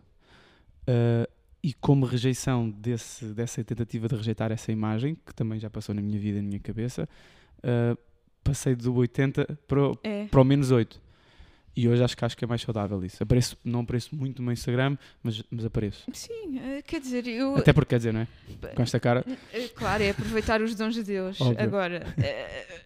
B: ah, E como rejeição desse, dessa tentativa de rejeitar essa imagem, que também já passou na minha vida, na minha cabeça, ah, passei do 80 para, o-
A: É.
B: para o menos 8. E hoje acho que acho que é mais saudável isso. Apareço, não apareço muito no meu Instagram, mas, mas apareço.
A: Sim, eh, quer dizer, eu.
B: Até porque quer dizer, não é? Com esta cara.
A: Eh, Claro, é aproveitar os dons de Deus.
B: Óbvio.
A: Agora, eh,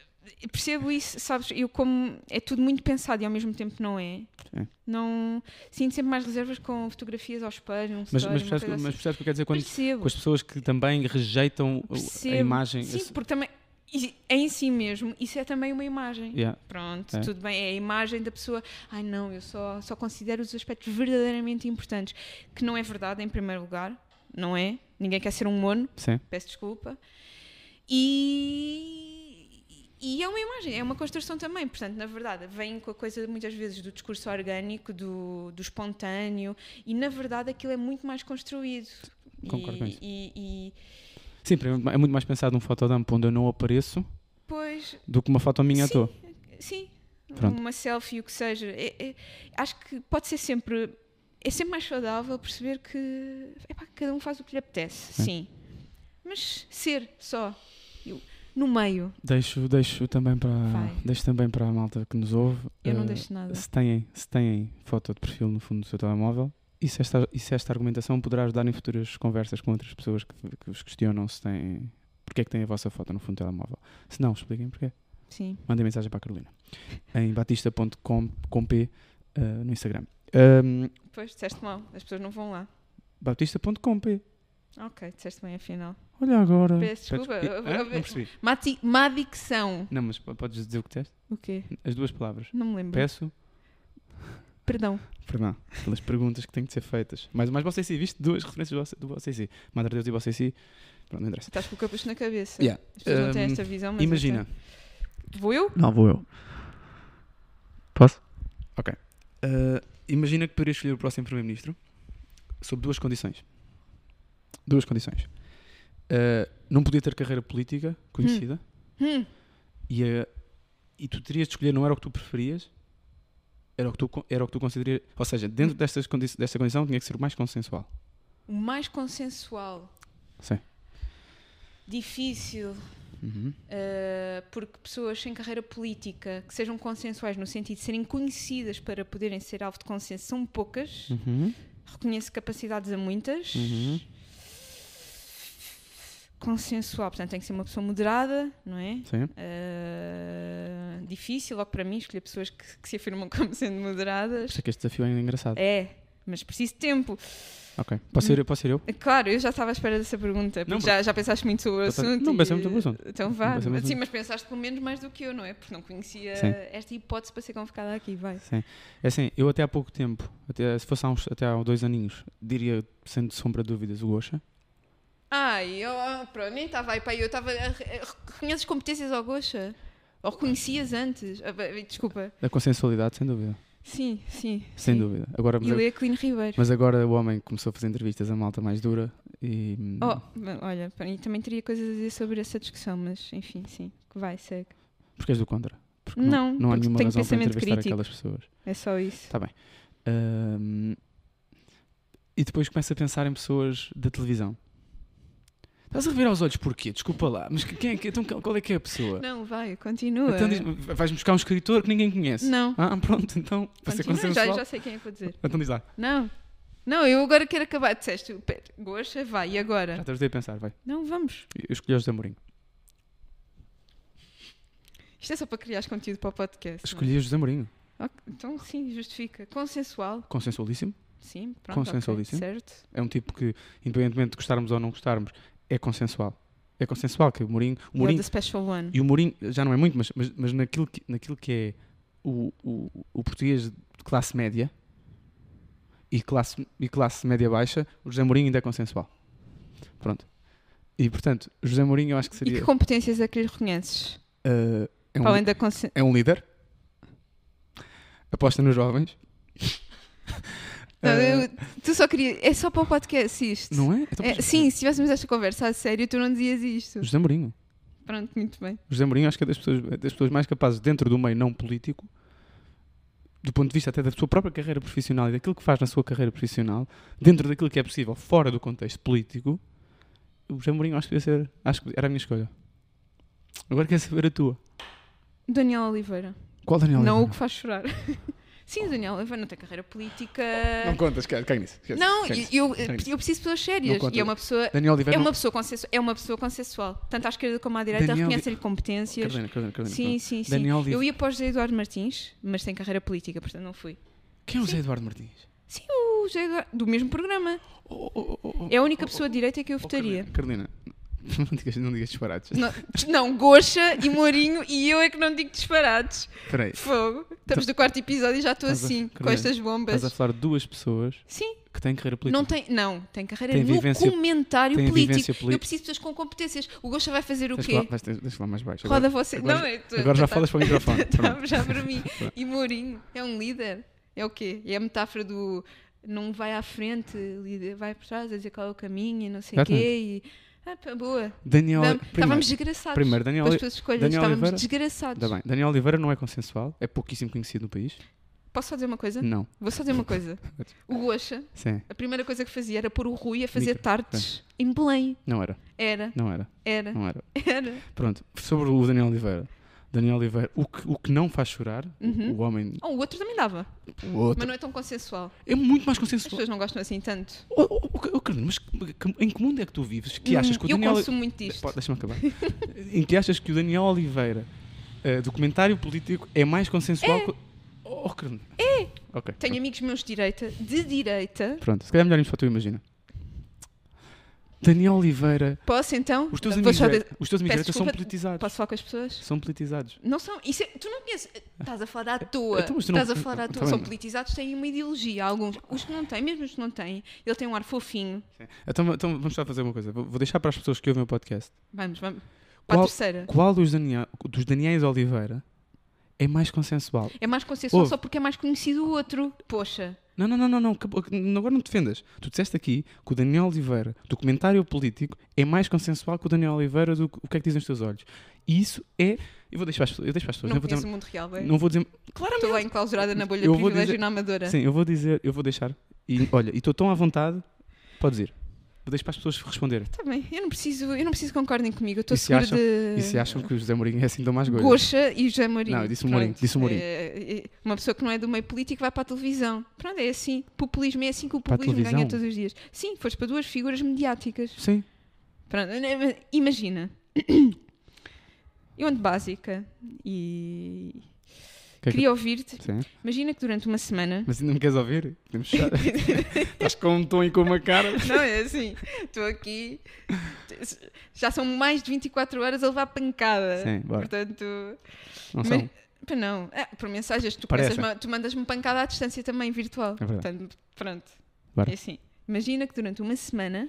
A: percebo isso, sabes? Eu, como é tudo muito pensado e ao mesmo tempo não é,
B: É.
A: não sinto sempre mais reservas com fotografias ao espelho, um
B: Mas,
A: story,
B: mas,
A: uma
B: percebes,
A: coisa
B: mas
A: assim.
B: percebes o que eu quero dizer quando,
A: percebo,
B: com as pessoas que também rejeitam o-
A: percebo.
B: a imagem.
A: Sim,
B: esse-
A: porque também e- em si mesmo, isso é também uma imagem.
B: Yeah.
A: Pronto,
B: É.
A: tudo bem, é a imagem da pessoa. Ai não, eu só, só considero os aspectos verdadeiramente importantes. Que não é verdade, em primeiro lugar, não é? Ninguém quer ser um mono,
B: Sim.
A: peço desculpa. E, e é uma imagem, é uma construção também. Portanto, na verdade, vem com a coisa muitas vezes do discurso orgânico, do, do espontâneo, e na verdade aquilo é muito mais construído.
B: Concordo
A: e,
B: com isso.
A: E, e-
B: Sim, para mim é muito mais pensado num fotodump onde eu não apareço
A: pois,
B: do que uma foto minha à
A: Sim.
B: toa.
A: sim,
B: Pronto.
A: uma selfie, o que seja. É- é- acho que pode ser sempre. É sempre mais saudável perceber que epá, cada um faz o que lhe apetece,
B: É.
A: sim. Mas ser só eu, no meio,
B: Deixo, deixo, também para,
A: Vai.
B: deixo também para a malta que nos ouve.
A: eu não
B: eh,
A: deixo nada.
B: se têm, se têm foto de perfil no fundo do seu telemóvel e se esta, e se esta argumentação poderá ajudar em futuras conversas com outras pessoas que, que vos questionam se têm. Porque é que têm a vossa foto no fundo do telemóvel? Se não, expliquem porquê.
A: Sim.
B: Mandem mensagem para a Carolina em batista.com com P, eh, no Instagram. Ahm,
A: Pois, disseste mal, as pessoas não vão lá.
B: batista.com P.
A: Ok, disseste bem, afinal.
B: Olha agora.
A: Peço desculpa,
B: Peço-
A: eu-
B: Hã?
A: eu-
B: Não percebi.
A: Mati, má dicção.
B: Não, mas p- podes dizer o que teste?
A: O quê?
B: As duas palavras.
A: Não me lembro.
B: Peço
A: Perdão.
B: perdão pelas perguntas que têm de ser feitas. Mais mais você si, viste duas referências do você- do você si. Madre Deus e você si. Pronto, não interessa.
A: Estás com o capucho na cabeça.
B: Yeah.
A: As pessoas não têm
B: Um,
A: esta visão, mas. eu
B: Imagina.
A: tenho. Vou eu?
B: Não, vou eu. Posso? Ok. Uh, imagina que poderias escolher o próximo Primeiro-Ministro sob duas condições. Duas condições. Uh, não podia ter carreira política conhecida
A: Hum,
B: e, uh, e tu terias de escolher, não era o que tu preferias, era o que tu, con- era o que tu considerias. Ou seja, dentro destas condi desta condição tinha que ser o mais consensual.
A: o mais consensual.
B: Sim.
A: Difícil.
B: Uhum.
A: uh, porque pessoas sem carreira política que sejam consensuais no sentido de serem conhecidas para poderem ser alvo de consenso são poucas.
B: Uhum.
A: Reconheço capacidades a muitas.
B: Uhum.
A: Consensual, portanto, tem que ser uma pessoa moderada, não é?
B: Sim.
A: Uh, difícil, logo para mim, escolher pessoas que, que se afirmam como sendo moderadas.
B: Acho que este desafio é engraçado. Uhum.
A: É, mas preciso de tempo.
B: Ok. Posso ser, posso ser eu?
A: Claro, eu já estava à espera dessa pergunta, porque
B: Não,
A: já, já pensaste muito sobre o
B: Portanto,
A: assunto.
B: não
A: e-
B: pensei muito sobre o assunto.
A: Então vá.
B: Não pensei
A: Sim,
B: muito sobre-
A: mas pensaste pelo menos mais do que eu, não é? Porque não conhecia
B: Sim.
A: esta hipótese para ser convocada aqui, vai.
B: Sim. É assim, eu até há pouco tempo, até, se fosse há uns, até há dois aninhos, diria, sem sombra de dúvidas, o Gosha.
A: Ai, oh, pronto, nem estava aí, pai. Eu estava. a- a- Reconheces competências ao Goxa? Ou reconhecias antes? Ah, bem, Desculpa.
B: A consensualidade, sem dúvida.
A: Sim, sim.
B: Sem
A: sim.
B: dúvida. Agora, mas,
A: E lê Clean Ribeiro.
B: mas agora o homem começou a fazer entrevistas a malta mais dura e.
A: Oh, bem, olha, pá, eu também teria coisas a dizer sobre essa discussão, mas enfim, sim, que vai, segue.
B: Porque és do contra. Porque
A: Não,
B: não há
A: porque
B: nenhuma
A: tenho
B: razão para
A: pensamento
B: entrevistar
A: crítico.
B: aquelas pessoas.
A: É só isso.
B: Tá bem. Ahm, e depois começa a pensar em pessoas da televisão. Estás a revirar os olhos porquê? Desculpa lá. Mas que- quem é que, então, qual é que é a pessoa?
A: Não, é. vai, continua.
B: Então diz-me, vais buscar um escritor que ninguém conhece.
A: Não,
B: Ah, pronto, então. Para ser
A: continua, já,
B: consensual.
A: já sei quem é que vou dizer.
B: Então diz lá.
A: Não, não, eu agora quero acabar. Disseste, pera, gosta, é, vai, e
B: Já
A: agora?
B: te ajudei a pensar, vai.
A: Não, vamos.
B: Eu escolhi os Amorim.
A: Isto é só para criar conteúdo para o podcast. não é?
B: Escolhi os Amorim.
A: Ok, Então, sim, justifica. Consensual,
B: Consensualíssimo.
A: sim, pronto. ok,
B: Consensualíssimo.
A: certo.
B: É um tipo que, independentemente de gostarmos ou não gostarmos, é consensual. É consensual que o Mourinho...
A: You're
B: O Mourinho
A: the special one.
B: e o Mourinho já não é muito, mas, mas, mas naquilo, que, naquilo que é o, o, o português de classe média e classe, e classe média baixa, o José Mourinho ainda é consensual. Pronto. E, portanto, José Mourinho eu acho que
A: E
B: seria...
A: que competências é que lhe reconheces?
B: ah, é um
A: para além da consciência.
B: é um líder, aposta nos jovens. Eh,
A: Tu só queria. É só para o podcast isto.
B: não é? Então,
A: É,
B: pois-
A: sim, se tivéssemos esta conversa a sério, tu não dizias isto.
B: José Mourinho.
A: Pronto, muito bem.
B: José Mourinho acho que é das pessoas, é das pessoas mais capazes dentro do meio não político do ponto de vista até da sua própria carreira profissional e daquilo que faz na sua carreira profissional, dentro daquilo que é possível, fora do contexto político, o Jamorim acho que devia ser, acho que era a minha escolha. Agora quero saber a tua.
A: Daniel Oliveira.
B: Qual Daniel
A: não o
B: Oliveira?
A: que faz chorar. Sim, o Daniel Oliveira não tem carreira política.
B: Não contas, caga caga nisso. esquece,
A: eh, Não,
B: caga
A: eu,
B: nisso.
A: eu,
B: Quem disse?
A: eu preciso de pessoas
B: Não
A: sérias.
B: conta.
A: E é uma pessoa.
B: Daniel Oliveira
A: É
B: não-
A: uma pessoa, consensu- é uma pessoa consensual. Tanto à esquerda como à direita
B: Daniel-
A: reconhece-lhe competências.
B: Carolina, Carolina, Carolina,
A: Sim,
B: Carolina.
A: sim, sim.
B: Daniel Oliveira.
A: Eu ia para o José Eduardo Martins, mas tem carreira política, portanto não fui.
B: Quem é o José Eduardo Martins?
A: Sim, o José Eduardo, do mesmo programa.
B: Oh, oh, oh, oh,
A: É a única
B: oh,
A: pessoa de direita que eu
B: oh,
A: votaria.
B: Carolina, Carolina, não digas, não digas disparates.
A: Não, não, Goxa e Mourinho e eu é que não digo disparates.
B: Espera aí.
A: Fogo. Estamos no quarto episódio e já estou
B: Tá. Estás a-
A: assim, com
B: Carolina,
A: estas bombas.
B: Estás a falar de duas pessoas
A: Sim,
B: que têm carreira política.
A: não tem, não, tem carreira
B: Tem
A: no
B: vivência-
A: comentário
B: tem vivência
A: político.
B: política.
A: Eu preciso de pessoas com competências. O Gosta vai fazer o
B: Tens que falar-
A: quê?
B: vais- tens- tens que falar mais baixo.
A: Roda você.
B: agora-
A: não, eu tô-
B: agora já
A: tá-
B: falas para o microfone.
A: tá-
B: Pronto.
A: já para mim. E Mourinho é um líder? É o quê? É a metáfora do não vai à frente, líder, vai por trás a dizer qual é o caminho e não sei o quê. E, ah, pá, boa.
B: Daniel,
A: Vam-
B: primeiro,
A: Estávamos desgraçados.
B: primeiro, Daniel-
A: com as tuas escolhas,
B: Daniel
A: estávamos
B: Oliveira-
A: desgraçados.
B: Ainda bem. Daniel Oliveira não é consensual, é pouquíssimo conhecido no país.
A: Posso só dizer uma coisa?
B: Não,
A: Vou só dizer uma coisa. O Gocha,
B: sim,
A: a primeira coisa que fazia era pôr o Rui a fazer
B: Micro,
A: tartes em Belém.
B: não era,
A: Era,
B: não era,
A: era,
B: não era.
A: era.
B: Pronto, sobre o Daniel Oliveira. Daniel Oliveira, o que, o que não faz chorar, o-
A: Uhum.
B: o homem,
A: Oh, o outro também dava,
B: o outro,
A: mas não é tão consensual.
B: é muito
A: As
B: mais consensual.
A: pessoas não gostam assim tanto.
B: Oh, oh, oh, oh, Carolina, mas que- que- em que mundo é que tu vives que
A: Hum,
B: achas que o
A: eu
B: Daniel...
A: consumo muito disto.
B: Pá, Deixa-me acabar. em que achas que o Daniel Oliveira, eh, documentário político, é mais consensual que... Oh, Carolina. É. Ok.
A: Tenho amigos meus de direita, de direita.
B: Pronto, se calhar é melhor irmos para tu, imagina. Daniel Oliveira,
A: Posso então?
B: os teus
A: Vou
B: amigos,
A: só
B: dire-
A: dizer-
B: os teus amigos
A: peço
B: direitos são
A: desculpa,
B: politizados.
A: Posso falar com as pessoas?
B: São politizados.
A: Não são. Isso é- tu não conheces. Estás a falar à toa.
B: Então, mas tu não-
A: Estás a falar à
B: Tá
A: toa.
B: bem,
A: São
B: mas-
A: politizados, têm uma ideologia. Alguns. Os que não têm, mesmo os que não têm, ele tem um ar fofinho.
B: Então, então vamos só fazer uma coisa. Vou vou deixar para as pessoas que ouvem o podcast.
A: Vamos, vamos. Para
B: Qual,
A: a terceira.
B: qual dos, Daniel, dos Daniels Oliveira é mais consensual?
A: É mais consensual
B: Ouve.
A: só porque é mais conhecido o outro. Poxa.
B: Não, não, não, não, não, acabou- agora não te defendas. Tu disseste aqui que o Daniel Oliveira, documentário político, é mais consensual que o Daniel Oliveira do que o que é que dizem os teus olhos. E isso é. Eu vou deixar para as pessoas. Eu deixo para as pessoas.
A: não
B: Então, vou dizer-
A: conheço o mundo real, bem.
B: não vou dizer.
A: Estou lá enclausurada na bolha
B: Eu
A: de
B: vou
A: privilégio e
B: dizer-
A: na amadora.
B: Sim, eu vou dizer, eu vou deixar. E olha, e estou tão à vontade, podes ir. Vou deixar para as pessoas responderem.
A: Tá bem. Eu não preciso, eu não preciso que concordem comigo. Eu estou
B: E se
A: segura
B: acham-
A: de.
B: E se acham que o José Mourinho é assim tão mais gosto?
A: Goxa e José Mourinho.
B: Não, eu disse o Mourinho,
A: Pronto.
B: disse o Mourinho.
A: É, é, uma pessoa que não é do meio político vai para a televisão. Pronto, é assim. Populismo é assim que o
B: Para a
A: populismo ganha
B: televisão?
A: todos os dias. Sim, foste para duas figuras mediáticas.
B: Sim.
A: Pronto, eh, imagina. Eu ando básica e
B: Que é que-
A: queria ouvir-te.
B: Sim.
A: Imagina que durante uma semana.
B: Mas ainda me queres ouvir? Podemos fechar. Estás com um tom e com uma cara.
A: Não, é assim. Estou aqui. Já são mais de 24 horas a levar pancada.
B: Sim, bora.
A: Portanto.
B: Não
A: Eh, Mas-
B: são.
A: Pá, não, é, por mensagens, tu,
B: Parecem.
A: começas-me a- tu mandas-me pancada à distância também virtual.
B: É verdade.
A: Portanto, pronto.
B: Bora.
A: É assim. Imagina que durante uma semana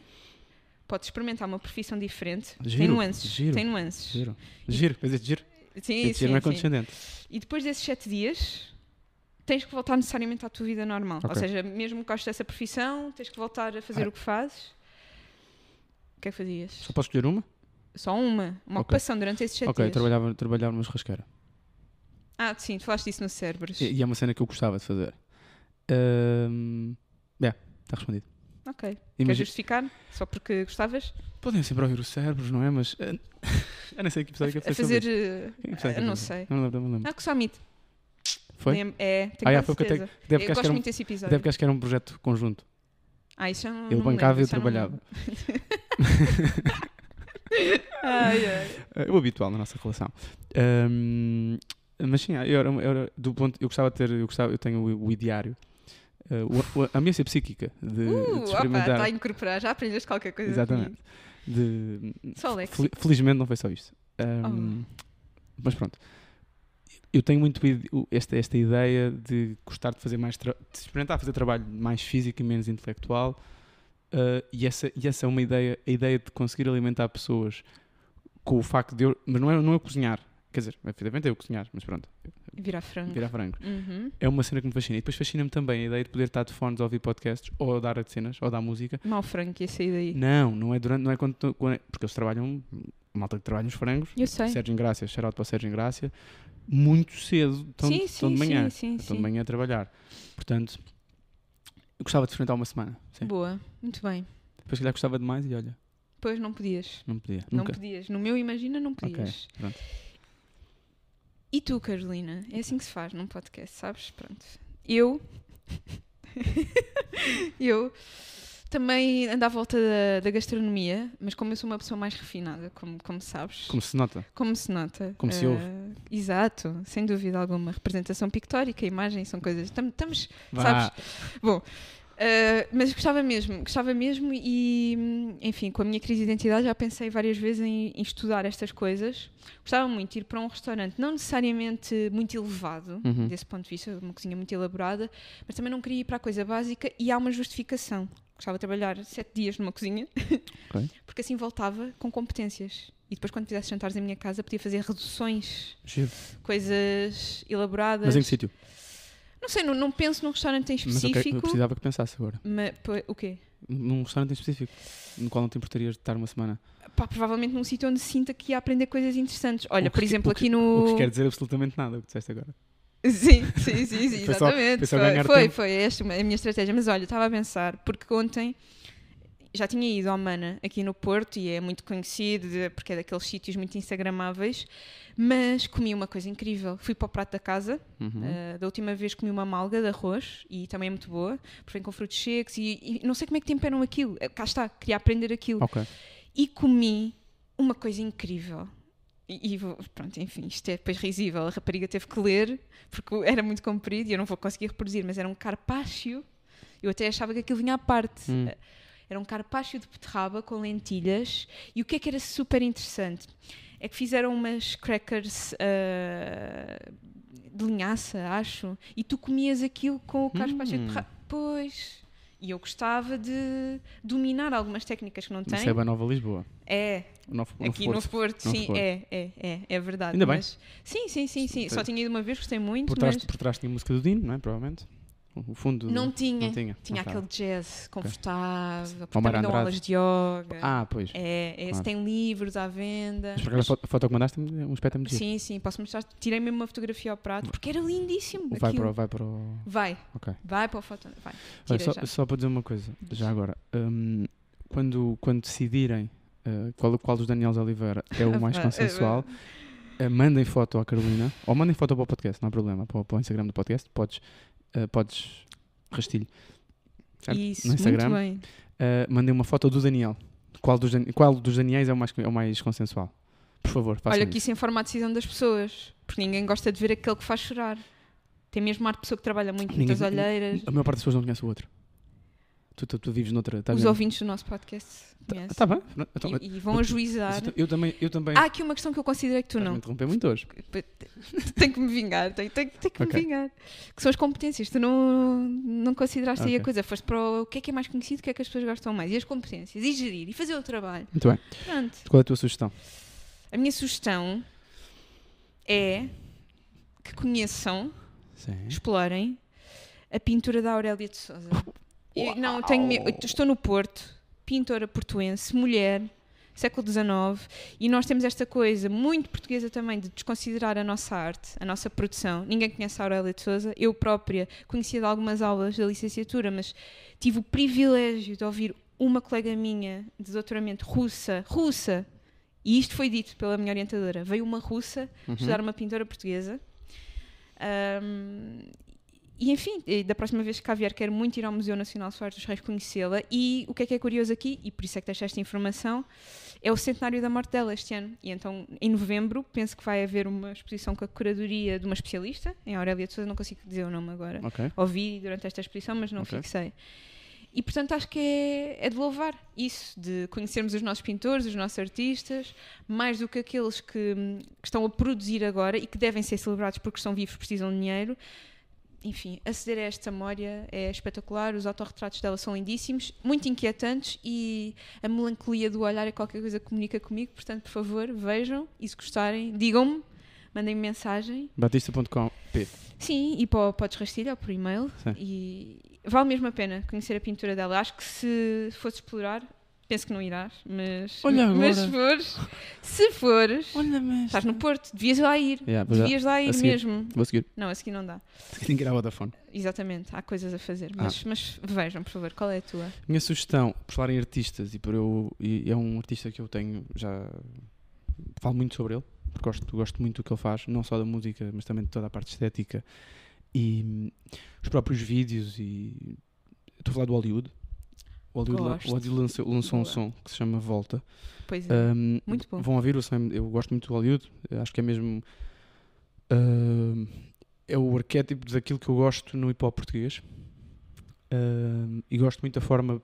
A: podes experimentar uma profissão diferente. tem
B: Giro,
A: nuances.
B: giro,
A: tem nuances.
B: Giro. Giro. Mas este giro,
A: Sim,
B: este
A: sim,
B: giro não é
A: sim.
B: condescendente.
A: E depois desses sete dias tens que voltar necessariamente à tua vida normal. Ou
B: Ok.
A: seja, mesmo que gostes dessa profissão, tens que voltar a fazer
B: Ah.
A: o que fazes. O que é que fazias?
B: Só posso escolher uma?
A: Só uma. Uma
B: Ok.
A: ocupação durante esses sete
B: ok, eu
A: dias.
B: trabalhava, trabalhava numa churrasqueira.
A: Ah, sim, tu falaste disso no Cérebros.
B: E, e é uma cena que eu gostava de fazer. Ahm, yeah, está respondido.
A: Ok. Queres
B: Imagina-
A: justificar? Só porque gostavas?
B: Podem sempre ouvir os cérebros, não é? Mas. ah, eu nem sei que episódio que eu
A: a
B: fiz sobre
A: fazer.
B: isso.
A: eh,
B: Quem é que episódio que
A: eu não
B: fiz?
A: sei.
B: Não me lembro, não me lembro.
A: Ah, que só mito.
B: Foi?
A: Lem- É, tenho
B: Ah,
A: ah,
B: é,
A: é,
B: foi o que eu
A: certeza. Eu,
B: Deve que acho que
A: gosto
B: era um-
A: muito desse episódio.
B: Deve que acho que era um projeto conjunto.
A: Ah, isso eu não,
B: Ele
A: não me
B: bancava e
A: lembro,
B: eu
A: isso não me
B: trabalhava.
A: lembro. Ai, ai.
B: Eh, o habitual na nossa relação. Ahm, mas sim, eu, era, um, eu era do ponto, eu gostava de ter, eu, gostava, eu tenho o, o ideário, eh, o- o- a ameaça psíquica de,
A: Uh,
B: de
A: opa, está
B: experimentar.
A: a incorporar. Já aprendeste qualquer coisa
B: Exatamente. de-
A: comigo. Só Alex.
B: fel- felizmente não foi só isto. Ahm, Mas pronto. Eu tenho muito ide- o- esta, esta ideia de gostar de fazer mais tra- de experimentar fazer trabalho mais físico e menos intelectual. Ah, e, essa, e essa é uma ideia, a ideia de conseguir alimentar pessoas com o facto de eu. Mas não é, não é cozinhar. Quer dizer, evidentemente é eu cozinhar, mas pronto,
A: Virar frango.
B: virar frango.
A: Uhum.
B: É uma cena que me fascina. E depois fascina-me também a ideia de poder estar de fones a ouvir podcasts, ou a dar a de cenas, ou a dar música.
A: Mal frango ia sair daí.
B: Não, não é durante, não é quando, quando é- porque eles trabalham malta que trabalha nos frangos,
A: Eu sei.
B: Sérgio Ingrácia, shoutout para o Sérgio Ingrácia, muito cedo, estão,
A: sim,
B: estão
A: sim,
B: de
A: sim,
B: manhã,
A: sim,
B: estão
A: sim.
B: de manhã a trabalhar. Portanto, eu gostava de experimentar uma semana, sim.
A: Boa, muito bem.
B: Depois se calhar gostava demais e olha,
A: Pois não podias.
B: não podia,
A: Não
B: nunca.
A: podias. No meu imagina, não
B: Ok,
A: podias.
B: pronto.
A: E tu, Carolina? É assim que se faz num podcast, sabes? Pronto. Eu. eu também ando à volta da, da gastronomia, mas como eu sou uma pessoa mais refinada, como, como sabes.
B: Como se nota.
A: Como se nota.
B: Como se
A: Ah,
B: ouve.
A: Exato, sem dúvida alguma. Representação pictórica, imagem, são coisas. Estamos.
B: Vá.
A: Sabes? Uh, mas gostava mesmo, gostava mesmo e, hum, enfim, com a minha crise de identidade já pensei várias vezes em, em estudar estas coisas. Gostava muito de ir para um restaurante, não necessariamente muito elevado,
B: Uhum.
A: desse ponto de vista, uma cozinha muito elaborada, mas também não queria ir para a coisa básica e há uma justificação. Gostava de trabalhar sete dias numa cozinha,
B: Ok.
A: porque assim voltava com competências. E depois, quando fizesse jantares em minha casa, podia fazer reduções,
B: Giro.
A: coisas elaboradas.
B: Mas em que sítio?
A: Não sei, não, não penso num restaurante em
B: Mas eu, que- eu
A: específico.
B: precisava que pensasse agora.
A: mas, pô, o quê?
B: Num restaurante em específico, no qual não te importarias de estar uma semana.
A: Pá, provavelmente num sítio onde sinta que ia aprender coisas interessantes. Olha,
B: O que
A: por
B: que-
A: exemplo,
B: o que-
A: aqui no.
B: O que quer dizer absolutamente nada, o que disseste agora.
A: Sim, sim, sim, sim
B: Foi só-
A: exatamente.
B: foi só
A: Foi,
B: ganhar
A: foi,
B: tempo.
A: foi esta a minha estratégia. Mas olha, estava a pensar, porque ontem já tinha ido ao Mana aqui no Porto e é muito conhecido de- porque é daqueles sítios muito Instagramáveis, mas comi uma coisa incrível. Fui para o prato da casa,
B: Uhum.
A: ah, da última vez comi uma malga de arroz e também é muito boa, porque vem com frutos secos e, e não sei como é que temperam aquilo. Eh, Cá está, queria aprender aquilo
B: Ok.
A: e comi uma coisa incrível. E, e vou- pronto, enfim, isto é depois risível. A rapariga teve que ler, porque era muito comprido e eu não vou conseguir reproduzir, mas era um carpaccio. Eu até achava que aquilo vinha à parte.
B: Hum.
A: Era um carpaccio de beterraba com lentilhas. E o que é que era super interessante? É que fizeram umas crackers ah, de linhaça, acho, e tu comias aquilo com o carpaccio de
B: Hum.
A: beterraba. Pois. E eu gostava de dominar algumas técnicas que não
B: Isso é
A: tenho.
B: bem Nova Lisboa.
A: É,
B: O Novo, Novo
A: Aqui
B: Porto.
A: no Porto,
B: Novo
A: sim,
B: Porto.
A: é, é, é, é verdade.
B: Ainda bem.
A: mas- Sim, sim, sim, sim. Só
B: Tem-
A: tinha ido uma vez, gostei muito,
B: Por trás,
A: mas
B: por trás tinha a música do Dino, não é? Provavelmente. O o fundo. do-
A: não tinha.
B: Não tinha.
A: Tinha
B: Ah, tá.
A: aquele jazz confortável, porque
B: Omar
A: também dão
B: Andrade.
A: aulas de yoga.
B: Ah, pois.
A: é, é
B: claro.
A: se tem livros à venda.
B: Mas por acaso a foto- a foto que mandaste é um espetáculo de
A: Sim, sim, posso mostrar. Tirei mesmo uma fotografia ao prato, porque era lindíssimo.
B: Vai
A: aquilo.
B: para, o- vai para o.
A: Vai,
B: Ok.
A: vai para o foto. Vai.
B: Olha,
A: Tira
B: só,
A: já.
B: só para dizer uma coisa,
A: Diz.
B: já agora. Hum, quando, quando decidirem eh, qual, qual dos Daniels Oliveira é o mais
A: Ah,
B: consensual, eh, mandem foto à Carolina, ou mandem foto para o podcast, não há problema, para, o- para o Instagram do podcast, podes, eh, podes rastilho. Certo?
A: Isso,
B: no Instagram,
A: muito bem.
B: eh, mandem uma foto do Daniel. Qual dos, Dan- qual dos Daniels é o mais, é o mais consensual? Por favor, façam
A: Olha, que
B: isso.
A: isso é informa a decisão das pessoas, porque ninguém gosta de ver aquele que faz chorar. Tem mesmo ar de pessoa que trabalha muito,
B: Ninguém-
A: muitas olheiras.
B: A maior parte das pessoas não conhece o outro. Tu, tu, tu vives noutra. Tá
A: os
B: bem?
A: ouvintes do nosso podcast conhecem.
B: Tá bem? pronto, então,
A: e, e vão
B: eu-
A: ajuizar.
B: eu também. Eu também Tá,
A: Há aqui uma questão que eu considero que Ah, tu
B: Estás-me a
A: não.
B: interromper muito hoje.
A: Tenho que me vingar, tenho, tenho- tenho que
B: Ok.
A: me vingar. Que são as competências. Tu não, não consideraste aí a
B: Ok.
A: coisa. Foste para o, o que é que é mais conhecido, o que é que as pessoas gostam mais. E as competências, e gerir, e fazer o trabalho.
B: Muito bem.
A: Pronto.
B: Qual é a tua sugestão?
A: A minha sugestão é que conheçam,
B: Uhum. Sim.
A: explorem a pintura da Aurélia de Souza. Eu, não, tenho, me- eu estou no Porto, pintora portuense, mulher, século XIX, e nós temos esta coisa muito portuguesa também de desconsiderar a nossa arte, a nossa produção. Ninguém conhece a Aurélia de Souza, eu própria conhecia de algumas aulas da licenciatura, mas tive o privilégio de ouvir uma colega minha de doutoramento russa, russa, e isto foi dito pela minha orientadora, veio uma russa estudar uma pintora portuguesa. Ahm, e enfim, e da próxima vez que cá vier, quero muito ir ao Museu Nacional Soares dos Reis conhecê-la. E o que é que é curioso aqui, e por isso é que deixei esta informação, é o centenário da morte dela este ano. E então, em novembro, penso que vai haver uma exposição com a curadoria de uma especialista, em Aurélia de Souza, não consigo dizer o nome agora.
B: Ok.
A: Ouvi durante esta exposição, mas não
B: Ok.
A: fixei. E portanto acho que é, é de louvar isso, de conhecermos os nossos pintores, os nossos artistas, mais do que aqueles que, hum, que estão a produzir agora e que devem ser celebrados porque estão vivos, precisam de dinheiro. Enfim, aceder a esta memória é espetacular, os autorretratos dela são lindíssimos, muito inquietantes e a melancolia do olhar é qualquer coisa que comunica comigo, portanto, por favor, vejam e se gostarem, digam-me, mandem-me mensagem
B: Batista.com. P.
A: Sim, e para, o- para o Desrastilho ou por e-mail.
B: Sim.
A: E vale mesmo a pena conhecer a pintura dela. Acho que se fosse explorar, Penso que não irás, mas.
B: Olha agora.
A: Mas se fores. Se fores.
B: Olha, mas.
A: Estás no Porto, devias lá ir.
B: Yeah, vou, já-
A: Devias lá
B: a
A: ir
B: seguir.
A: mesmo.
B: vou seguir.
A: Não, a seguir não dá.
B: Tenho que ir à Vodafone.
A: Exatamente, há coisas a fazer.
B: Ah.
A: Mas, mas vejam, por favor, qual é a tua?
B: Minha sugestão, por falar em artistas, e por eu. E é um artista que eu tenho já. Falo muito sobre ele, porque gosto, gosto muito do que ele faz, não só da música, mas também de toda a parte estética e hum, os próprios vídeos. E. Estou a falar do Hollywood. O Hollywood, lan-
A: Gosto.
B: o Hollywood lançou, lançou um
A: Boa.
B: som que se chama Volta.
A: Pois é.
B: Hum,
A: Muito bom.
B: Vão ouvir o Sam, eu gosto muito do Hollywood, eu acho que é mesmo. hum, é o arquétipo daquilo que eu gosto no hip hop português. Hum, e gosto muito da forma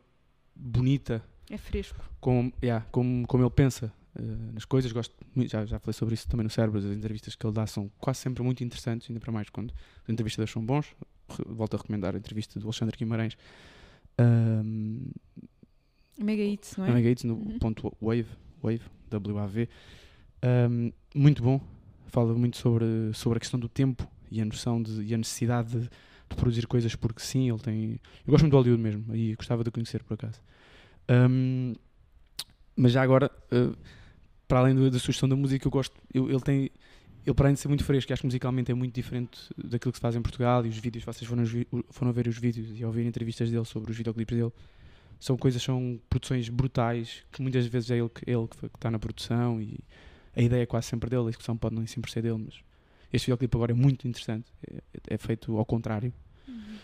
B: bonita
A: É fresco.
B: como, yeah, como, como ele pensa eh, nas coisas. Gosto muito, já, já falei sobre isso também no Cérebro. As entrevistas que ele dá são quase sempre muito interessantes, ainda para mais quando as entrevistas deles são bons. Re- Volto a recomendar a entrevista do Alexandre Guimarães. Hum, Ahm,
A: Mega hits, não é?
B: Ana Gates no
A: Uhum.
B: ponto Wave, Wave, W-A-V. Um, muito bom. Fala muito sobre, sobre a questão do tempo e a noção de, e a necessidade de, de produzir coisas porque sim, ele tem. Eu gosto muito do Hollywood mesmo e gostava de o conhecer por acaso. Um, mas já agora, uh, para além do- da sugestão da música, eu gosto. eu- ele tem. Ele, para além de ser muito fresco, e acho que musicalmente é muito diferente daquilo que se faz em Portugal e os vídeos, vocês foram, os vi- foram ver os vídeos e ouvir entrevistas dele sobre os videoclipes dele, são coisas, são produções brutais que muitas vezes é ele que ele que está na produção e a ideia é quase sempre dele, a execução pode não sempre ser dele, mas este videoclipe agora é muito interessante, é, é feito ao contrário.
A: Uhum.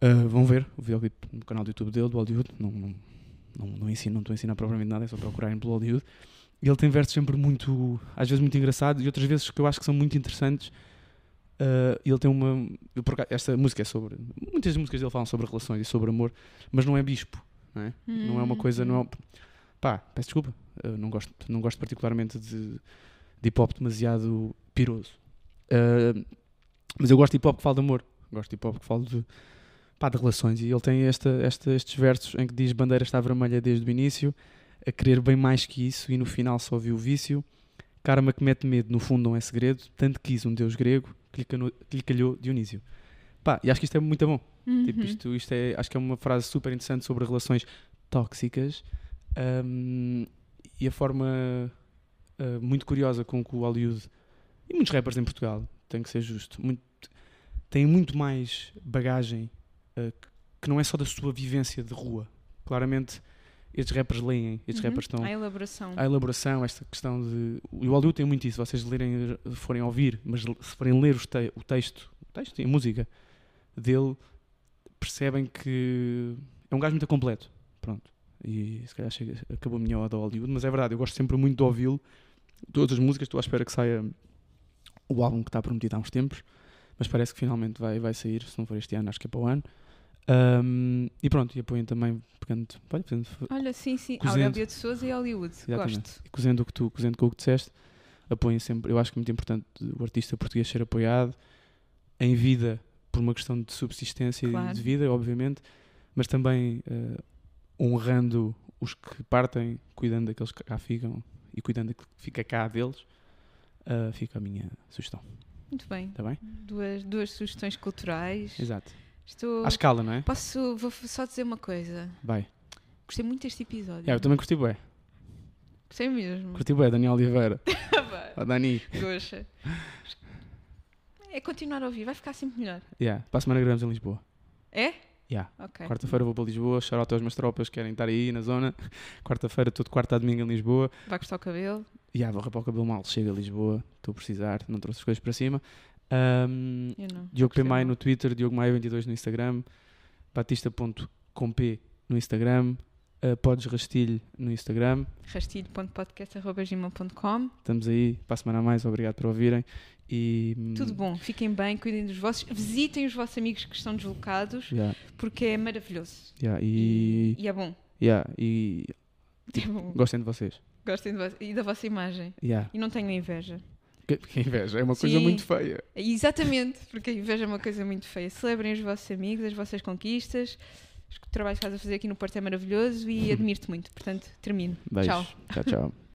B: Ah, vão ver o videoclipe no canal do YouTube dele, do Hollywood, não, não, não, não ensino, não estou a ensinar propriamente nada, é só procurarem pelo Hollywood. E ele tem versos sempre muito, às vezes muito engraçados e outras vezes que eu acho que são muito interessantes. Ah, ele tem uma. eu por acaso- esta música é sobre. Muitas músicas dele falam sobre relações e sobre amor, mas não é bispo, não é?
A: Uhum.
B: Não é
A: Hum,
B: uma coisa, não é, um- pá, peço desculpa, eu não gosto, não gosto particularmente de, de hip hop demasiado piroso. Uh, mas eu gosto de hip hop que fala de amor, gosto de hip hop que fala de, pá, de relações. E ele tem esta, esta, estes versos em que diz: Bandeira está vermelha desde o início, a querer bem mais que isso, e no final só viu o vício. Karma que mete medo, no fundo não é segredo, tanto quis um deus grego que lhe, cano- que lhe calhou Dionísio. Pá, e acho que isto é muito bom.
A: Uhum.
B: Tipo, isto, isto é, acho que é uma frase super interessante sobre relações tóxicas hum, e a forma ah, muito curiosa com que o Hollywood e muitos rappers em Portugal, tem que ser justo, muito, têm muito mais bagagem ah, que- que não é só da sua vivência de rua. Claramente, estes rappers leem, estes
A: Uhum.
B: rappers estão
A: A elaboração.
B: a elaboração, esta questão de. E o Hollywood tem muito isso, vocês lerem, forem ouvir, mas l- se forem ler os te- o texto, o texto e a música dele, percebem que é um gajo muito completo. Pronto. E se calhar chega- acabou a minha oda ao Hollywood, mas é verdade, eu gosto sempre muito de ouvi-lo. Todas as músicas, estou à espera que saia o álbum que está prometido há uns tempos, mas parece que finalmente vai, vai sair, se não for este ano, acho que é para o ano. Ahm, e pronto, e apoiem também, pegando, olha, fazendo-
A: Olha, sim, sim.
B: Cozendo.
A: Aurélio de Souza e Hollywood.
B: Exatamente.
A: Gosto.
B: e cozendo o que tu, cozendo com o que disseste, apoiem sempre. Eu acho que é muito importante o artista português ser apoiado em vida por uma questão de subsistência e
A: Claro.
B: de vida, obviamente, mas também eh, honrando os que partem, cuidando daqueles que cá ficam e cuidando daquilo que fica cá deles. eh, fica a minha sugestão,
A: Muito bem.
B: está bem?
A: Duas, duas sugestões culturais.
B: Exato.
A: Estou.
B: À escala, não é?
A: Posso. Vou f- só dizer uma coisa.
B: Vai.
A: Gostei muito deste episódio.
B: Yeah, É, eu também curti bué.
A: Gostei mesmo.
B: Curti bué, Daniel Oliveira.
A: Ah, vá.
B: Ó, Dani.
A: Goxa. É continuar a ouvir, vai ficar sempre melhor.
B: Yeah. Para a semana gravamos em Lisboa.
A: É?
B: Yeah.
A: Ok.
B: Quarta-feira vou para Lisboa, xarote aos meus tropas que querem estar aí na zona. Quarta-feira, tudo quarta a domingo em Lisboa.
A: Vai cortar o cabelo.
B: E ah, vou rapar o cabelo mal, chega a Lisboa, estou a precisar, não trouxe as coisas para cima. Ahm,
A: Eu não.
B: Diogo P.
A: Gostei
B: Maia
A: muito.
B: no Twitter, Diogo Maia22 no Instagram, batista.comp no Instagram, ah, Podes Rastilho no Instagram.
A: Rastilho.podcast.gmail.com
B: Estamos aí, para a semana a mais, obrigado por ouvirem. E, hum,
A: Tudo bom, fiquem bem, cuidem dos vossos. Visitem os vossos amigos que estão deslocados,
B: yeah,
A: porque é maravilhoso.
B: yeah, e,
A: E é bom.
B: yeah, e
A: É bom.
B: gostem de vocês.
A: Gostem de vo- e da vossa imagem.
B: Yeah.
A: E não tenham inveja.
B: Que, que inveja, é uma coisa
A: Sim.
B: muito feia.
A: Exatamente, porque a inveja é uma coisa muito feia. Celebrem os vossos amigos, as vossas conquistas. O trabalho que estás a fazer aqui no Porto é maravilhoso e admiro-te muito. Portanto, termino.
B: Beijo.
A: Tchau.
B: tchau. tchau.